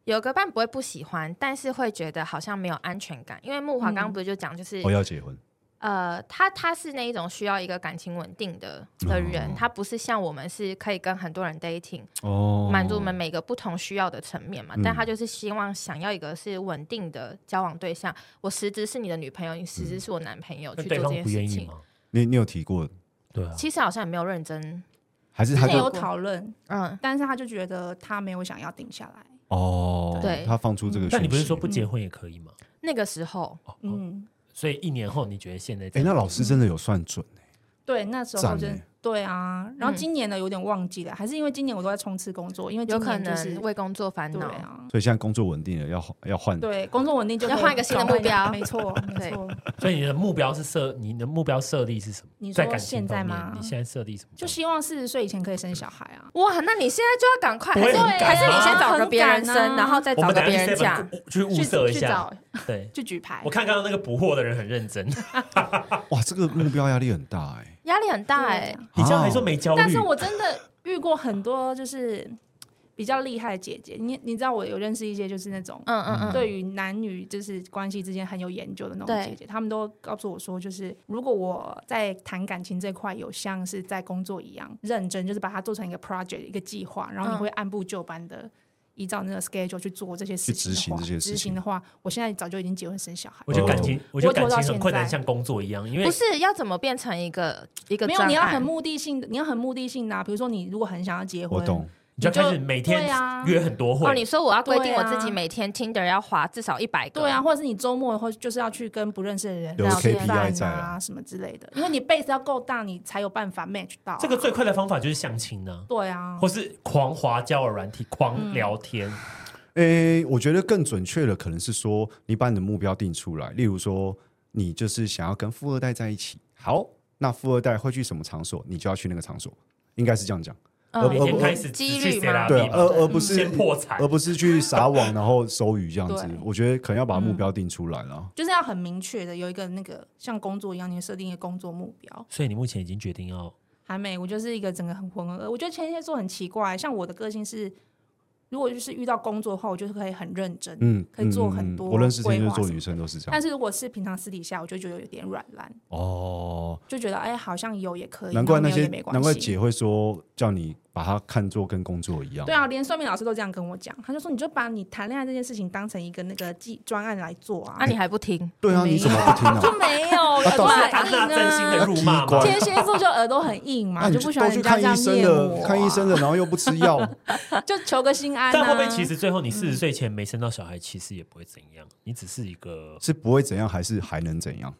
有个伴不会不喜欢，但是会觉得好像没有安全感，因为木华刚刚嗯不是就讲就是、我、要结婚，呃，他他是那一种需要一个感情稳定的的人，哦他不是像我们是可以跟很多人 dating，哦满足我们每个不同需要的层面嘛。但嗯他就是希望想要一个是稳定的交往对象，我实质是你的女朋友，你实质是我男朋哦友、嗯那去对做这方件不愿事意情。吗？你你有提过，对啊，其实好像也没有认真，还是之他前就有讨论，嗯，但是他就觉得他没有想要定下来。哦，对他放出这个讯息，但你不是说不结婚也可以吗？那个时候哦哦嗯，所以一年后你觉得现在这哎、样？那老师真的有算准、对，那时赞候欸真的对啊。然后今年呢，有点忘记了，还是因为今年我都在冲刺工作，因为今有可年就是能为工作烦对恼。啊，所以现在工作稳定了，要换要换，对，工作稳定就要可以换一个新的目标搞没 <laughs> 错，没错。所以你的目标是设，你的目标设立是什么？你说在感情现在方面吗你现在设立什么？就希望四十岁以前可以生小孩啊。哇，那你现在就要赶快，不会还是很赶还是你吗先找个别人很赶生，啊然后再我找们个等别下去人 7-Eleven 嫁。去物去色一去下。找哎对，去举牌我。看刚刚那个捕获的人很认真，哇，这个目标压力很大哎、压力很大哎、对啊你这哦样还说没焦虑？但是我真的遇过很多就是比较厉害的姐姐，你你知道我有认识一些就是那种嗯嗯嗯，对于男女就是关系之间很有研究的那对种姐姐，她们都告诉我说，就是如果我在谈感情这块有像是在工作一样认真，就是把它做成一个 project 一个计划，然后你嗯会按部就班的。依照那个 schedule 去做这些事情去执行的话，这些事情执行的话，我现在早就已经结婚生小孩了。我觉得感哦情，我觉得感情很困难，我拖到现在像工作一样，因为不是要怎么变成一个一个没有，专你要案很目的性的，你要很目的性的、啊。比如说，你如果很想要结婚，我懂，你就你就开始每天对啊约很多哦，会你，说我要规定对我啊自己每天 Tinder 要划至少一百个，对啊，，或者是你周末或就是要去跟不认识的人有了解 KPI 在啊啊，什么之类的，因为你 base 要够大，你才有办法 match 到啊、这个最快的方法就是相亲呢，对哦啊，或是狂滑交友软体，狂聊天。嗯哎、我觉得更准确的可能是说，你把你的目标定出来，例如说，你就是想要跟富二代在一起，好，那富二代会去什么场所，你就要去那个场所，应该是这样讲，嗯呃每天开始只几去率谁拉吗？比对啊，嘛，而而不是先破财而。不是去撒网然后收鱼这样子对。嗯我觉得可能要把目标定出来了。就是要很明确的有一个那个像工作一样，你设定一个工作目标。所以你目前已经决定要还没，我就是一个整个很浑噩。我觉得天蝎座很奇怪，像我的个性是，如果就是遇到工作的话，我就是可以很认真，嗯，可以做嗯很嗯多我认识天规蝎划座什么女生都是这但样。是如果是平常私底下，我就觉得有点软烂，哦，就觉得哎，好像有也可以，难怪然那后没有些也没关系。难怪姐会说叫你把它看作跟工作一样。对啊，连算命老师都这样跟我讲，他就说你就把你谈恋爱这件事情当成一个那个计专案来做啊啊，，你还不听？对啊，没有你怎么不听 <laughs> 就啊？没 <laughs> 有耳朵哇，他很那真心硬的啊。辱骂吗？天蝎座就耳朵很硬嘛，那你不喜都欢去人家看这样医生面了，膜啊，看医生了，然后又不吃药， <laughs> 就求个心安。啊但会不会其？实最后你四十岁前没生到小孩，其实也不会怎样？啊你只是一个，是不会怎样，还是还能怎样？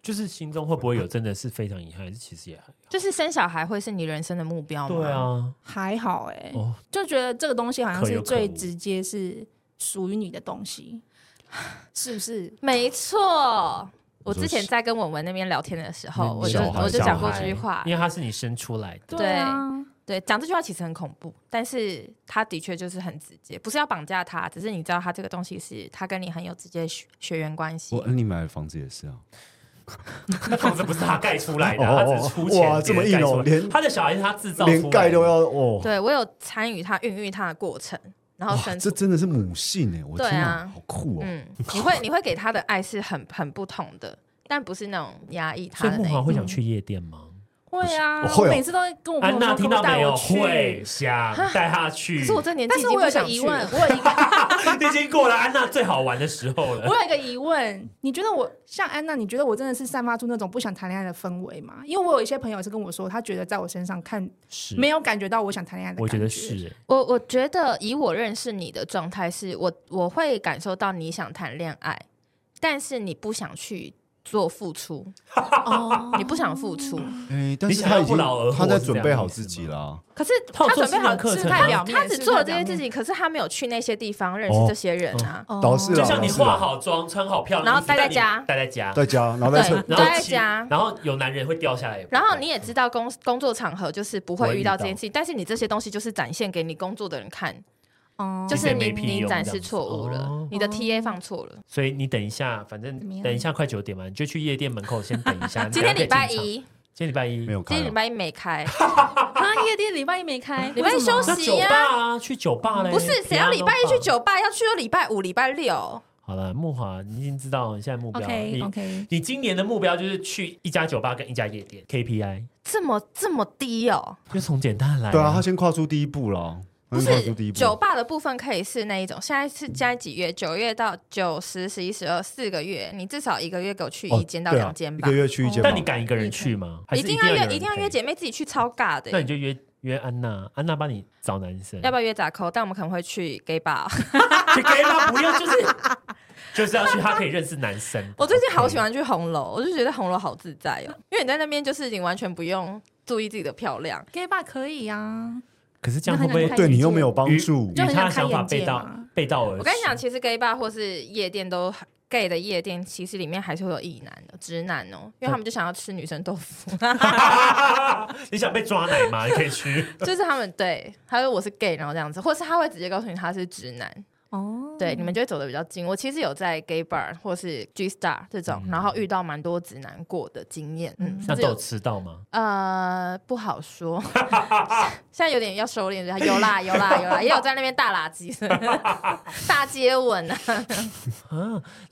就是心中会不会有真的是非常遗憾？其实也还好就是生小孩会是你人生的目标吗？对，啊，还好哎、哦，就觉得这个东西好像可有是可最无直接是属于你的东西，是不是？没错。我说之前在跟文文那边聊天的时候，我就小孩我就小讲过这孩句话因，为他是你生出来的，对啊，对，讲这句话其实很恐怖，但是他的确就是很直接，不是要绑架他，只是你知道他这个东西是他跟你很有直接血血缘关系我。恩你买的房子也是啊，那 <laughs> 房子不是他盖出来的，哦他只是出钱哇这么给人盖出来硬哦连他的小孩是他制造出来的连盖都要哦。对我有参与他孕育他的过程，然后哇，生出这真的是母性哎！我对啊天啊，好酷哦！嗯，你会你会给他的爱是很很不同的，但不是那种压抑他所以的木那华一会想去夜店吗？会啊，我会哦每次都会跟我朋安友娜说听可不到可以带没有？我去。会 <laughs> 想带她去可是，我这年纪但已是经我有不一个想疑去问，了。我有一个你已经过了安娜最好玩的时候 <laughs> 了我。有一个疑问，你觉得我像安娜？你觉得我真的是散发出那种不想谈恋爱的氛围吗？因为我有一些朋友也是跟我说，他觉得在我身上看是没有感觉到我想谈恋爱的嗯我感觉得是，欸我我觉得以我认识你的状态是，我我会感受到你想谈恋爱，但是你不想去做付出，哦，你不想付出。哎，但你是想他要已不经劳而获他在是准这备样好意思自己吗了啊。可是他有他做准备好信任课是程他吗表他面，只是做他了表这面些这事些情事情，可是他没有去那些地方认哦识这些人啊。导师就啦像你是啊化好妆、穿好漂亮，然后衣服但待在你家待在家，在家，然后在厕对，然后待在其家然后有男人会掉下来也不会，然后你也知道工工作场合就是不不会会遇遇到到这件事情，但是你这些东西就是展现给你工作的人看，哦就是没你屁用你展这样示子错误哦了，你的 TA 放错了。所以你等一下，反怎么正样等一下快九点嘛，你就去夜店门口先等一 <laughs> 下。你今等下天可以礼拜进场，一，今天礼拜一没有今看天礼啊。拜一没开，他夜店礼拜一没开，礼拜一为什么休息那酒吧啊，去酒吧嘞？不是谁要 piano 礼拜一去吧？酒吧，要去到礼拜五、礼拜六。好了，木华，你已经知道你现在目标了。 OK 你 OK，你今年的目标就是去一家酒吧跟一家夜店 KPI，这么这么低哦？就从简单来。对啊，他先跨出第一步了，他不先跨出第是一步。酒吧的部分可以是那一种，现在是现在几月？九月到九十、十一、十二，四个月，你至少一个月给我去哦一间到对啊两间一吧个。月去一间嘛，但你敢一个人去吗？还一是定要要有人约，一定要陪约姐妹自己去，超尬的那你欸。就约约安娜，安娜帮你找男生。要不要约杂扣？但我们可能会去 gay bar。去 gay 吧，不要就是就是要去，他可以认识男生。 <laughs> 我最近好喜欢去红楼，我就觉得红楼好自在哦，因为你在那边就是你完全不用注意自己的漂亮。 gay bar 可以啊，可是这样会不会那很对你又没有帮与助与，就很他想的想法开眼界背道嘛背道而驰？我跟你讲，，其实 gay bar 或是夜店都 gay 的夜店，其实里面还是会有异男的直男哦，因为他们就想要吃女生豆腐，你想被抓奶吗？你可以去。 <laughs> 就是他们对他说我是 gay，然后这样子，或是他会直接告诉你他是直男，哦，对，你们就会走得比较近。我其实有在 gay bar 或是 G Star 这种，然后遇到蛮多直男过的经验，嗯，嗯那甚至都有有吃到吗？呃，不 <laughs> 好说，现在有点要收敛，有啦有啦有啦，也有在那边大垃 <laughs> 圾、大接吻啊。啊，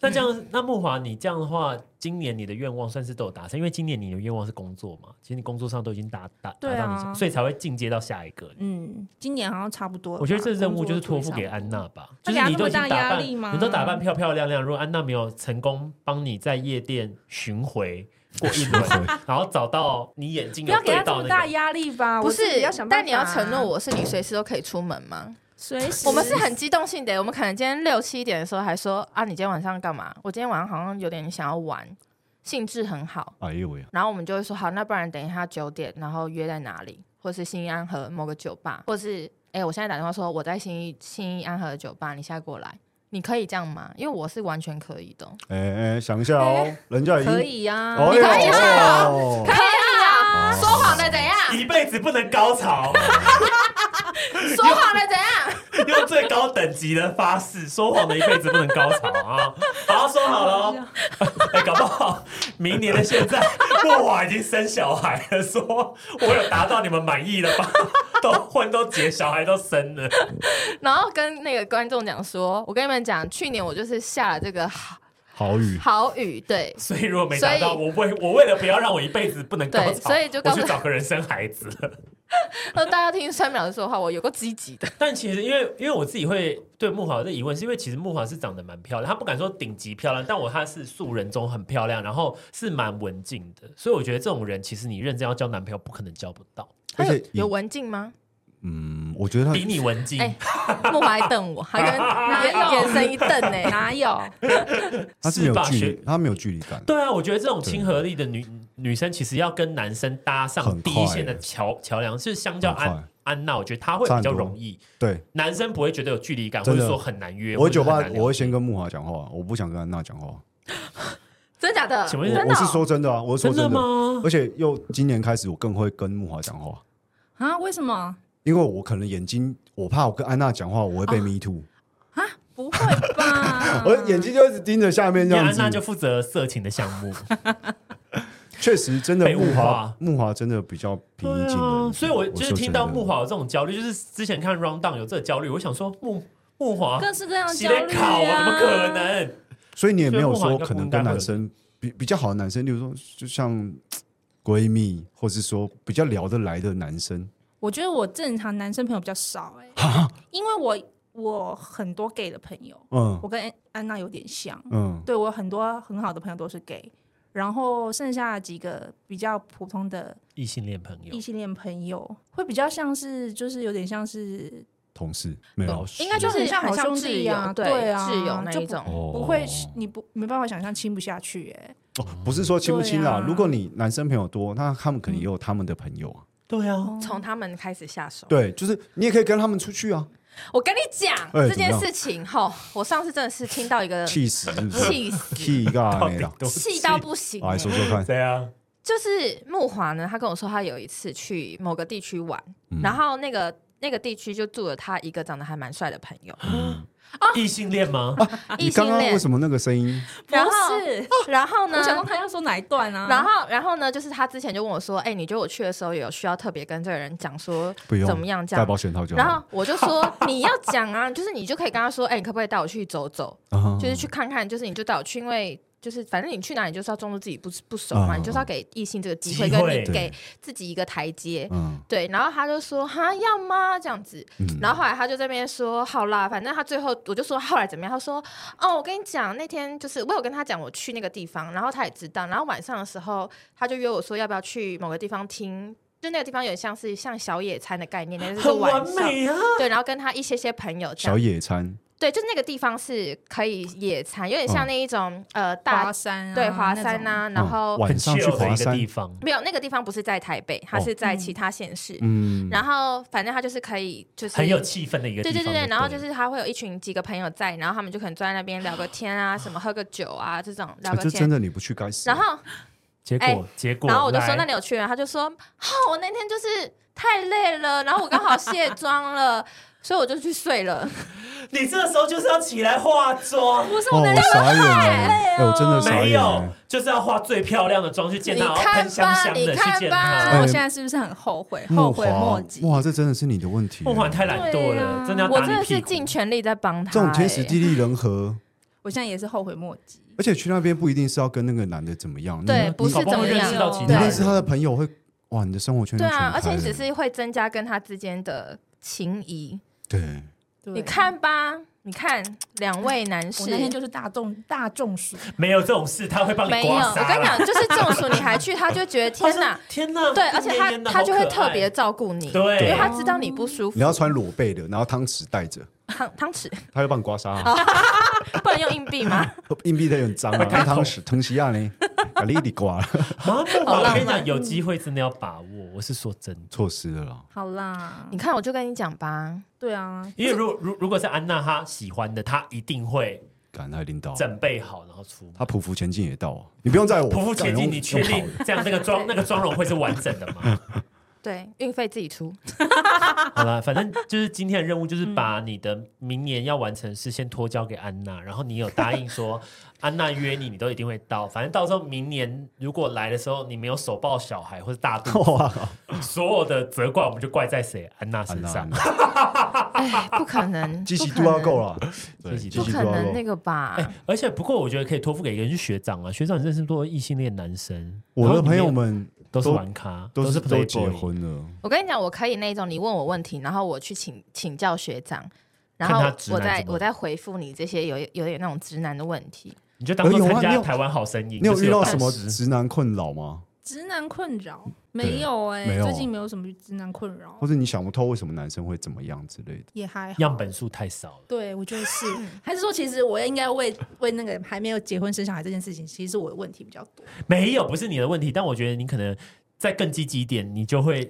那嗯这样，那木华，你这样的话，今年你的愿望算是都有达成，因为今年你的愿望是工作嘛，其实你工作上都已经达达达对到啊你想，所以才会进阶到下一个。嗯，今年好像差不多了吧。我觉得这任务就是托付工作给做一下安娜吧，就那给是她你都已经那么大打压扮，力吗你都打扮漂漂亮亮。如果安娜没有成功帮你在夜店巡回过一轮，然后找到你眼睛不有要给对他这到么那大个，压力吧？不我是自己要想，办但你要法啊承诺，我是你随时都可以出门吗？随时我们是很机动性的，我们可能今天六七点的时候还说啊，你今天晚上干嘛？我今天晚上好像有点想要玩，兴致很好， <laughs> 哎呦喂，然后我们就会说好，那不然等一下九点，然后约在哪里，或是新安和某个酒吧，或是哎、我现在打电话说我在新义新义安和的酒吧，你现在过来，你可以这样吗？因为我是完全可以的，哎哎，想一下哦，人家已经可，以啊呀，哦你可以啊哦可以啊，说谎的怎样？一辈子不能高潮，说谎的怎样？ <laughs> 用最高等级的发誓，说谎的一辈子不能高潮啊！好，说好了哦，哎、搞不好明年的现在，木华已经生小孩了，说我有达到你们满意了吧？ <laughs> 都婚都结，小孩都生了，然后跟那个观众讲说，我跟你们讲，去年我就是下了这个好好雨，好雨，对。所以如果没达到，所我为我为了不要让我一辈子不能高对潮，所以就我告诉去找个人生孩子了。那大家听三秒说话，我有个积极的，但其实因为因为我自己会对木华有这疑问，是因为其实木华是长得蛮漂亮，她不敢说顶级漂亮，但我她是素人中很漂亮，然后是蛮文静的，所以我觉得这种人其实你认真要交男朋友不可能交不到，他而有且以有文静吗？嗯，我觉得他比你文静。哎木华还瞪我，他 <laughs> 跟眼眼神一瞪欸呢、哪有？他是没是有吧距学离，他没有距离感，对啊，我觉得这种亲和力的女女生，其实要跟男生搭上很第快一线的桥桥梁，是相较很安快安娜，我觉得她会比差很较多容易，对男生不会觉得有距离感，或真的者说很难约。我或者酒吧很难聊我会先跟木华讲话，我不想跟安娜讲话，真假的？请我问是真的我是哦、说真的啊，我是说真的真的，吗？而且又今年开始我更会跟木华讲话，啊？为什么因为我可能眼睛，我怕我跟安娜讲话我会被 me too，啊？不会 <laughs> 吧？我眼睛就一直盯着下面因这为样安娜就子，负责色情的项 <laughs> 目。确实真的被物木华化木华真的比较平易对近啊，人，所以我就是说听真到的木华有这种焦虑，就是之前看 Round Down 有这个焦虑，我想说木木华各式各样的洗焦得虑考啊，啊怎么可？能？所以你也没有所以木说华应该可能跟男生比比较好的男生，例如说，就像闺蜜，或是说比较聊得来的男生？我觉得我正常男生朋友比较少 <laughs> 哎、因为我我很多 gay 的朋友，嗯我跟安安娜有点像，嗯，对我有很多很好的朋友都是 gay，然后剩下几个比较普通的异性恋朋友异、性恋朋友，会比较像是就是有点像是同事没老有，师，应该就就是很像好好像兄挚弟啊友，对啊挚友那就一不种。哦不会是你不没办法想象亲不下去哎、哦不是说亲不亲啦。对啊如果你男生朋友多，那他们可能也有他们的朋友嗯啊。对啊，从他们开始下手。对，就是你也可以跟他们出去啊，我跟你讲哎这件怎么样事情吼，我上次真的是听到一个气死是不是？呃气死，气啊尬到没底了，多气到不行欸、来说说看。对啊，就是木华呢，他跟我说他有一次去某个地区玩，嗯然后那个那个地区就住了他一个长得还蛮帅的朋友，哦异性恋吗？异你性刚刚为恋。什么那个声音？然后是，然后我想说呢？他要说哪一段啊？然后，然后呢？就是他之前就问我说：“哎、你觉得我去的时候有需要特别跟这个人讲说不用怎么样这戴样保险套？”就好然了。后我就说：“你要讲啊，就是你就可以跟他说，哎、你可不可以带我去走走？然后就是去看看，就是你就带我去，因为就是反正你去哪里就是要装作自己不不熟嗯嘛，嗯你就是要给异性这个机会，机跟会你对给自己一个台阶。嗯对，然后他就说哈要吗这样子，嗯然后后来他就这边说好啦，反正他最后我就说后来怎么样，他说哦我跟你讲那天就是我有跟他讲我去那个地方，然后他也知道，然后晚上的时候他就约我说要不要去某个地方听，就那个地方有点像是像小野餐的概念，但是是很晚完上美啊！对，然后跟他一些些朋友这小样，野餐，对，就是那个地方是可以野餐，有点像嗯那一种、呃大华山啊，对华山那种，呐、然后嗯、晚上去 chill 的华一个山地，方，没有那个地方不是在台北，它哦是在嗯其他县市。嗯，然后反正他就是可以，就是很有气氛的一个地对方。对对对对，了，然后就是他会有一群几个朋友在，然后他们就可能坐在那边聊个天啊，什么喝个酒啊这种聊啊个这真天。的你不去该死。啊然后结哎果结果，然后我就说来那你有去吗？他就说哦，我那天就是太累了，然后我刚好卸妆了，所以我就去睡了。你这个时候就是要起来化妆，不是哦，我我能傻眼了，哎，我真的傻没眼有了。，就是要化最漂亮的妆去见他，然你后看吧喷香香的你去看见吧他那。哎我现在是不是很后悔？后木悔华莫及，。哇，这真的是你的问题。欸凤凰太欸懒惰对了，啊真的要我打真的你是屁尽股。全力在帮他、这种天时哎地利人和，我现在也是后悔莫及。而且去那边不一定是要跟那个男的怎么样，对你不是搞不好怎么认样识到其你他认识人他的朋友会，哇，你的生活圈就对全啊，而且开你了只是会增加跟他之间的情谊。对，对你，看吧，你看两位男士我，那天就是大众大众暑，没有这种事，他会帮没你有，刮我痧啦。跟你讲，就是中暑你还去，他就觉得 <laughs> 他天说哪，天哪！ <laughs> 对，而且病恹恹他的他就会好可爱特别照顾你，对因为他知道你不舒服你。要穿裸背的，然后汤匙带着， <laughs> 汤汤匙他会帮你刮痧 <laughs> 啊。不能用硬币 <laughs> 吗？硬币的很脏啊，会开那口汤匙藤西亚呢，把你一地刮了，啊！不好管我浪跟你讲，漫有机会真的要把握，我是说真的。 <laughs> 错失了啦。好啦你，看，我就跟你讲吧，对啊，因为如如如果是安娜她喜欢的，她一定会感他领导，准备好然后出哦门。他匍匐前进也到啊，你不用在我匍匐前进，干你确？用用定跑的这样那个 <laughs> 妆那个妆容会是完整的吗？对，运费自己出。好了，反正就是今天的任务就是嗯把你的明年要完成的事先托交给安娜，然后你有答应 <laughs> 说安娜约你，你都一定会到。反正到时候明年如果来的时候你没有手抱小孩或者大肚 <laughs> 子，哇，所有的责怪我们就怪在谁？安娜安身娜上安。娜 <laughs> 哎，不可 <laughs> 能，机器不都啊可要能 <laughs> 够，了，对机器不度可能那个吧？啊哎，而且不过我觉得可以托付给一个人是学长啊，学长你认识多异性恋男生，我然后的里朋面友们都是都玩咖，都是是都 playboy 结婚了，我跟你讲，我可以那种你问我问题，然后我去请请教学长，然看后他直我男再怎么我再回复你这些有有点那种直男的问题。你就当做哎有啊参你加有台湾好声音。你有就是遇到导什么师直男困扰吗？直男困扰没有哎、没有最近没有什么直男困扰或，者你想不透为什么男生会怎么样之类的？也还好。样本数太少了？对，我觉得是，还是说其实我应该为为那个还没有结婚生小孩这件事情，其实是我的问题比较多。没有，不是你的问题，但我觉得你可能再更积极一点，你就会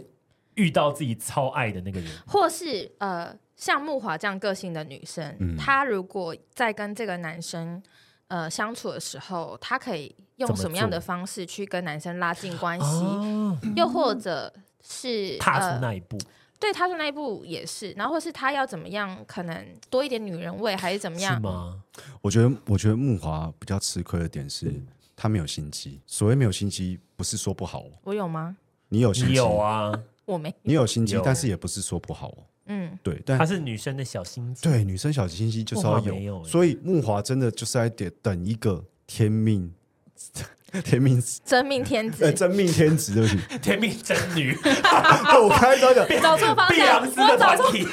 遇到自己超爱的那个人。或是呃，像木华这样个性的女生，嗯她如果在跟这个男生呃相处的时候，她可以用怎么什么样的做方式去跟男生拉近关系，嗯啊，又或者是踏出呃，那一步，对，踏出那一步也是，然后或是她要怎么样，可能多一点女人味，还是怎么是样？吗？我觉得，我觉得木华比较吃亏的点是，嗯他没有心机。所谓没有心机，不是说不好哦，我有吗？你有心你机，有啊，我没，你有心机有，但是也不是说不好哦。嗯，对，但他是女生的小心机。对，女生小清新就是要木华有，没有欸所以木华真的就是在等等一个天命， <laughs> 天命子，真命天子，呃，真命天子，对不起， <laughs> 甜蜜真女，我刚才在讲，找错方碧向，昂斯的我找团错。体，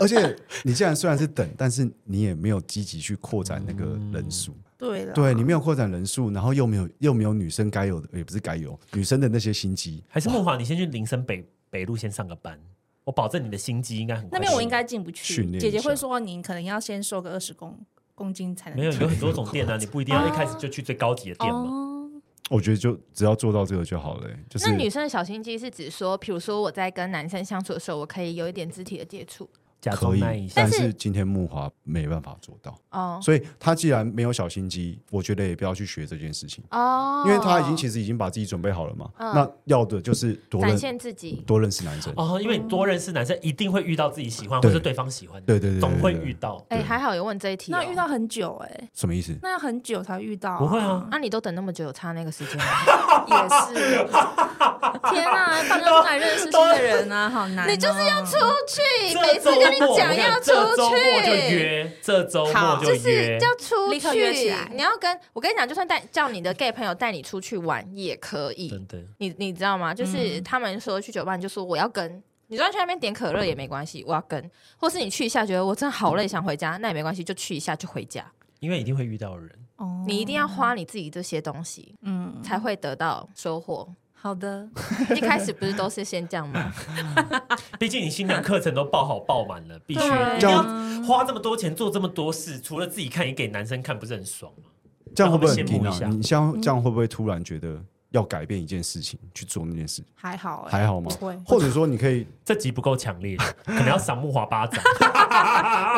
而且你既然虽然是等，但是你也没有积极去扩展那个人数，嗯对了，对你没有扩展人数，然后又没有又没有女生该有的，也不是该有女生的那些心机， <laughs> 还是木华，你先去林森北北路先上个班，我保证你的心机应该很快那边我适应该进不去训练。一姐姐下会说你可能要先瘦个二十公公斤才能没有进有很多种店啊，你不一定要一开始就去最高级的店嘛。哦，我觉得就只要做到这个就好了、欸就是那女生的小心机是指说，比如说我在跟男生相处的时候，我可以有一点肢体的接触假可装那以一，下但但是是今天木华没办法做到，哦所以他既然没有小心机，我觉得也不要去学这件事情，哦，因为他已经其实已经把自己准备好了嘛，嗯那要的就是多展认现自己，多认识男生，哦，因为你多认识男生，一定会遇到自己喜欢对或是对方喜欢的，对对对对总会对对遇到。哎，对还好有问这一题哦。那啊遇到很久哎，什么意思？那要很久才遇到，不会啊，那你都等那么久，有差那个时间吗？ <laughs> 也是。 <laughs> 天啊，大家都来认识新的人啊，好难哦。你就是要出去，这每次周跟你末讲我跟你要讲出这周末就去。约，这周末好就就约，是要出立刻约起去来，你要跟我跟你讲，就算带叫你的 gay 朋友带你出去玩也可以真，的。你你知道吗？就是嗯他们说去酒吧，你就说我要跟，你就算去那边点可乐也没关系，我要跟，或是你去一下觉得我真的好累想回家，那也没关系，就去一下就回家，因为一定会遇到人，哦你一定要花你自己这些东西嗯，才会得到收获。好的，一开始不是都是先这样 <laughs> 吗？ <laughs> 毕竟你新娘课程都报好报满了，必须对啊一定要花这么多钱做这么多事，除了自己看，也给男生看，不是很爽吗？这样会不会让很哦他们羡慕平一下啊？你嗯像这样会不会突然觉得要改变一件事情去做那件事，还哦好哎，还好吗不会？或者说你 <laughs> 可以这集不够强 <laughs> 烈，可能要赏木华巴 <laughs> 掌。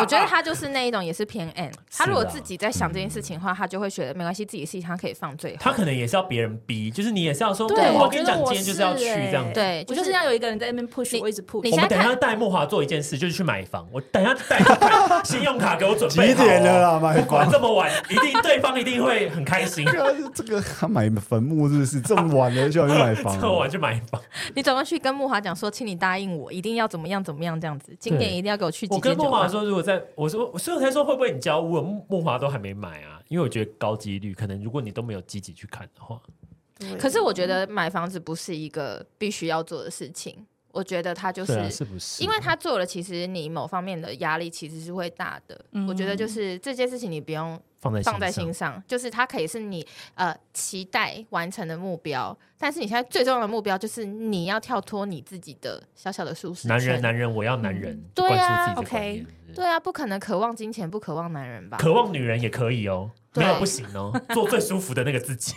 我觉得他就是那一种也是偏 N，他如果是啊自己在想这件事情的话，他就会觉得没关系，自己事情他可以放最后。他可能也是要别人逼，就是你也是要说，哦对我我跟觉你得讲，我今天就是要去欸这样子。对就我就是是要有一个人在那边 push，你我一直 push。你我们现在等一看下带木华做一件事，就是去买房。我等一下带他 <laughs> 看信用卡给我准备几点了啦好哦买房。不管这么晚，一定对方一定会很开 <laughs> 心这个他买坟墓是不是这么晚了就要去 <laughs> 买这房？么晚去买房，你转过去跟木华讲说，请你答应我，一定要怎么样怎么样这样子，今年一定要给我去我几跟间木酒华吧。说，如果在我说，所以我才说会不会你交屋了？木木华都还没买啊，因为我觉得高几率，可能如果你都没有积极去看的话，对可是我觉得买房子不是一个必须要做的事情，我觉得他就是。对啊，是不是？因为他做了，其实你某方面的压力其实是会大的。嗯我觉得就是这件事情你不用放在放在上心上，就是它可以是你呃期待完成的目标，但是你现在最重要的目标就是你要跳脱你自己的小小的舒适圈。男人，男人，我要男人，对灌输自啊己的，OK 观念是对啊，不可能渴望金钱，不渴望男人吧？渴望女人也可以哦，对没有不行哦，做最舒服的那个自 <laughs> 己，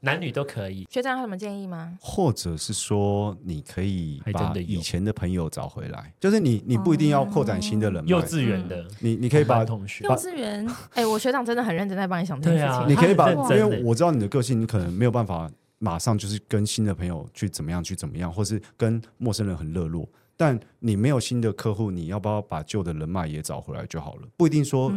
男女都可以。学长有什么建议吗？或者是说，你可以还真把的有以前的朋友找回来，就是你，你不一定要扩展新的人哦幼脉，稚园的，嗯你你你可以把，同学幼，稚 <laughs> 园哎、我学长真的很认真在帮你想这件对事情。啊，你可以把，他因很认真为欸我知道你的个性，你可能没有办法马上就是跟新的朋友去怎么样去怎么样，或是跟陌生人很热络，但你没有新的客户，你要不要把旧的人脉也找回来就好了？不一定说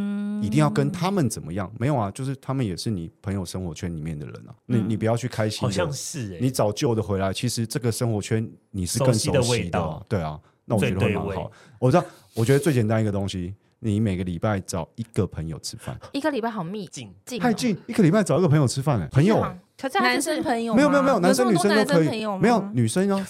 一定要跟他们怎么样，没有啊，就是他们也是你朋友生活圈里面的人啊，你你不要去开心好的像是哎，你找旧的回来，其实这个生活圈你是更熟悉的,、熟悉的味道对啊。那我觉得会最对蛮味好。我知道，我觉得最简单一个东西，你每个礼拜找一个朋友吃饭，一个礼拜好密进近、哦，太近，一个礼拜找一个朋友吃饭、欸，朋友、是欸吗。可是他男就生是朋友没有没有没有，吗男生女这么多都可男生朋以友，吗没有女生啊，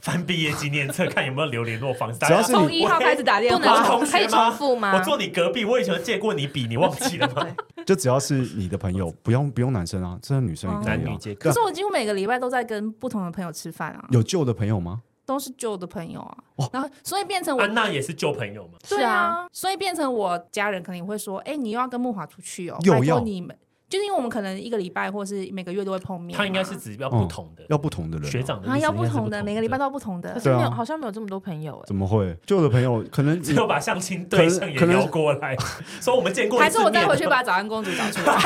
翻毕业纪念册，看有没有留联络方式。只要是大家从一号开始打电不我话同能学可以重复吗？我坐你隔壁，我以前借过你笔，你忘记了吗？就只要是你的朋友，不用不用男生啊，真的女生也可以、啊。男女皆可可是。我几乎每个礼拜都在跟不同的朋友吃饭啊，有旧的朋友吗？都是旧的朋友啊，然后所以变成我安娜也是旧朋友嘛，啊对是啊啊，所以变成我家人可能也会说，哎、你又要跟木华出去哦，又拜托要你们，就是因为我们可能一个礼拜或是每个月都会碰面嘛，她应该是指标不同的嗯要不同的人啊、学长的啊，意思要应该不是不同的，每个礼拜都要不同可 <laughs> 的，是没有，对啊好像没有这么多朋友哎、怎么会？旧的朋友 <laughs> 可能只你有把相亲对象也邀过来，说我们见过一还次是面我待会去把早安公主找出来，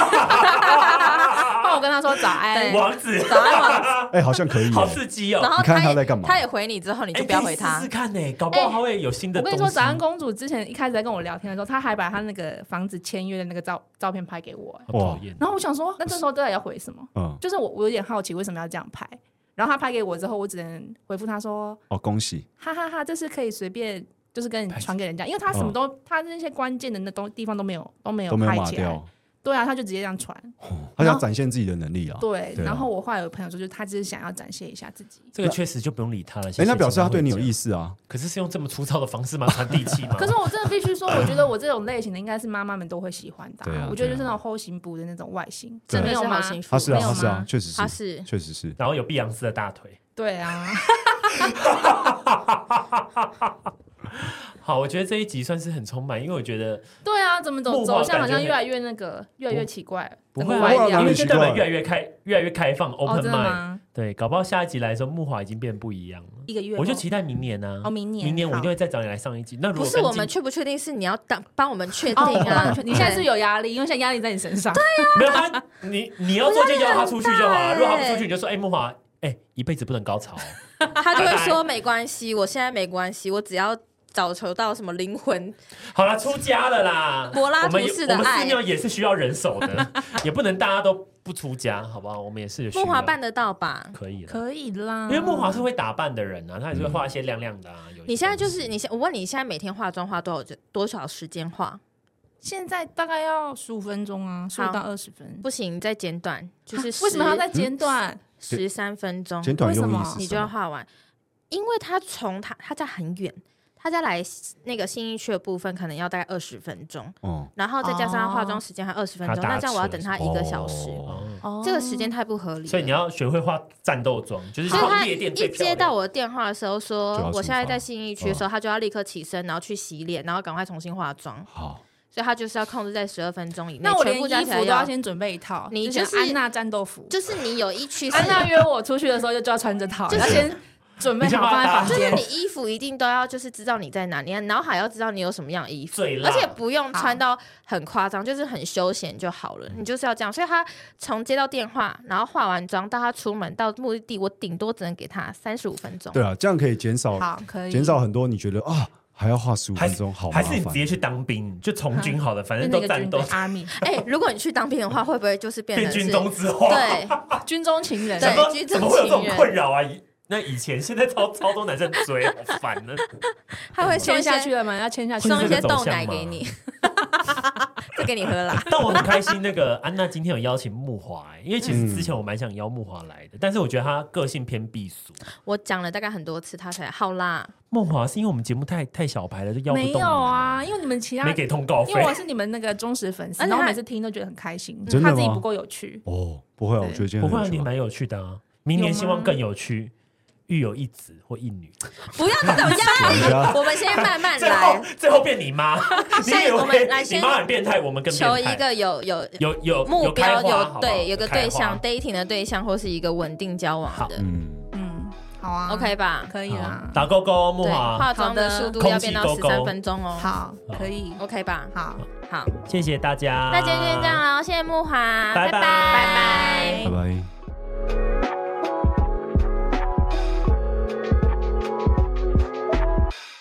帮我跟她说哎早安对。王子，早安王哎、好像可以、好欸。刺激哦！然后你看他他也在干嘛他也回你之后，你哎，就不要回他。可以试试看呢，搞不好哎他会有新的我东跟西。你说，早安公主之前一开始在跟我聊天的时候，她还把她那个房子签约的那个照照片拍给我、哎好讨厌，哦然后我想说，那这时候到底要回什么？嗯，就是我我有点好奇为什么要这样拍。然后她拍给我之后，我只能回复她说，哦，恭喜，哈哈哈，这是可以随便就是跟你传给人家，因为他什么都、他那些关键的那东地方都没有都没有都没有拍码起来，掉，对啊，他就直接这样传。他想展现自己的能力啊。对，对啊然后我后来有朋友说，就是他只是想要展现一下自己。这个确实就不用理他了。哎，那表示他对你有意思，思啊。可是是用这么粗糙的方式吗？传递器吗？可是我真的必须说，我觉得我这种类型的应该是妈妈们都会喜欢的、对啊我觉得对啊就是那种后形补的那种外形，对真没的有是吗好？幸福，他是啊，没有他吗是啊，确实他是，是确实是。然后有碧昂斯的大腿。对 <laughs> 啊，好，我觉得这一集算是很充满，因为我觉得对啊，怎么走木化走向感觉好像很越来越那个，越来越奇怪，不怎会么啊，歪掉因哪为里就奇代怪表越来越开，越来越开放哦， ，open 真的 mind。吗？对，搞不好下一集来的时候，木华已经变不一样了。一个月后，我就期待明年呢哦，，明年，明年我一好定会再找你来上一集。那如不果是跟我们今确不确定，是你要当帮我们确定哦，我帮啊 <laughs> 你确。定你现在是不是有压力，因为现在压力在你身上。没有他，你你要做就邀他出去就好我了。压力很大欸如果他不出去，你就说哎，木华，哎，一辈子不能高潮哦。他就会说没关系，我现在没关系，我只要找求到什么灵魂，好了，出家了 <laughs> 啦。柏拉我图们也式我的们寺爱。庙也是需要人手 <laughs> 的，也不能大家都不出家，好不好？我们也是有需要木华办啊得到吧？可以了，可以啦因为木华是会打扮的人啊，他也是会画一些亮亮的啊。有一些嗯你现在就是你现，我问你，你现在每天化妆花多少多少时间化？现在大概要十五分钟啊，十五到二十分。不行，你再简 <laughs> 短，就是啊为什么要在间断？十三分钟？简短用为什意么是你什就要么？画完，因为他从他他家很远，他家来那个新一区的部分可能要大概二十分钟，哦，然后再加上化妆时间还二十分钟，啊他搭那这样我要等他一个小时，哦哦哦这个时间太不合理了。所以你要学会画战斗装，就是所以到他夜店一最漂接亮到我的电话的时候就要说，出我现在发哦在信义区的时候，他就要立刻起身，然后去洗脸，然后赶快重新化妆，好，所以他就是要控制在十二分钟以内。那我全连部衣加服起都来要，先准备一套，你就就是安娜战斗服。就是你有一区是安娜约我出去的时候就就要穿这套，就是要先准 <laughs> 备你先好把它放在搭房就是间你。衣服一定都要，就是知道你在哪，你的脑海要知道你有什么样的衣服最，辣而且不用穿到很夸张，就是很休闲就好了。你就是要这样，所以他从接到电话，然后化完妆到他出门到目的地，我顶多只能给他三十五分钟。对啊，这样可以减少好，可以减少很多。你觉得啊，还要花十五还分是钟，好麻还是你直烦。接去当兵，就从军好了，反就正那都个战军斗队， <laughs> 阿米哎、如果你去当兵的话，会不会就是变变成是军中之后， <laughs> 对？军中情人。对想说军中怎么会有这种情人困扰啊？以那以前现在超超多男生追，好 <laughs> 烦呢。他会送一签下些去了吗？要签下去吗送一会些是这个豆走向奶给你， <laughs> 这给你喝啦。但我很开心，那个安娜今天有邀请木华、欸因为其实之前我蛮想邀木华来的，但是我觉得他个性偏避俗。我讲了大概很多次，他才好啦。木华是因为我们节目太太小牌了，就邀不没动有你，哦啊，因为你们其他没，给通告因费为。我是你们那个忠实粉丝，而且然后他每次听都觉得很开心。真的他自己吗不够有趣，哦，不会啊，我对觉得今天不会、啊，很有你趣啊蛮有趣的啊。明年有吗希望更有趣，育有一子或一女。不要那种压人家力，我们先慢慢最后来，最后变你 <laughs> 妈，你所以以我们为来你先妈很变态，我们更变求态。一个有有有有目标，有开花好不有好对有个对象有 dating 的对象，或是一个稳定交往好的嗯，嗯，好啊，OK 吧？可以开花啦好，打勾勾木对，华，化妆的好速的度空要气变到勾十勾三分钟哦。好好，可以， ，OK 吧？好，好，谢谢大家，那今天就这样。喽，谢谢木华，拜拜拜拜哎拜拜。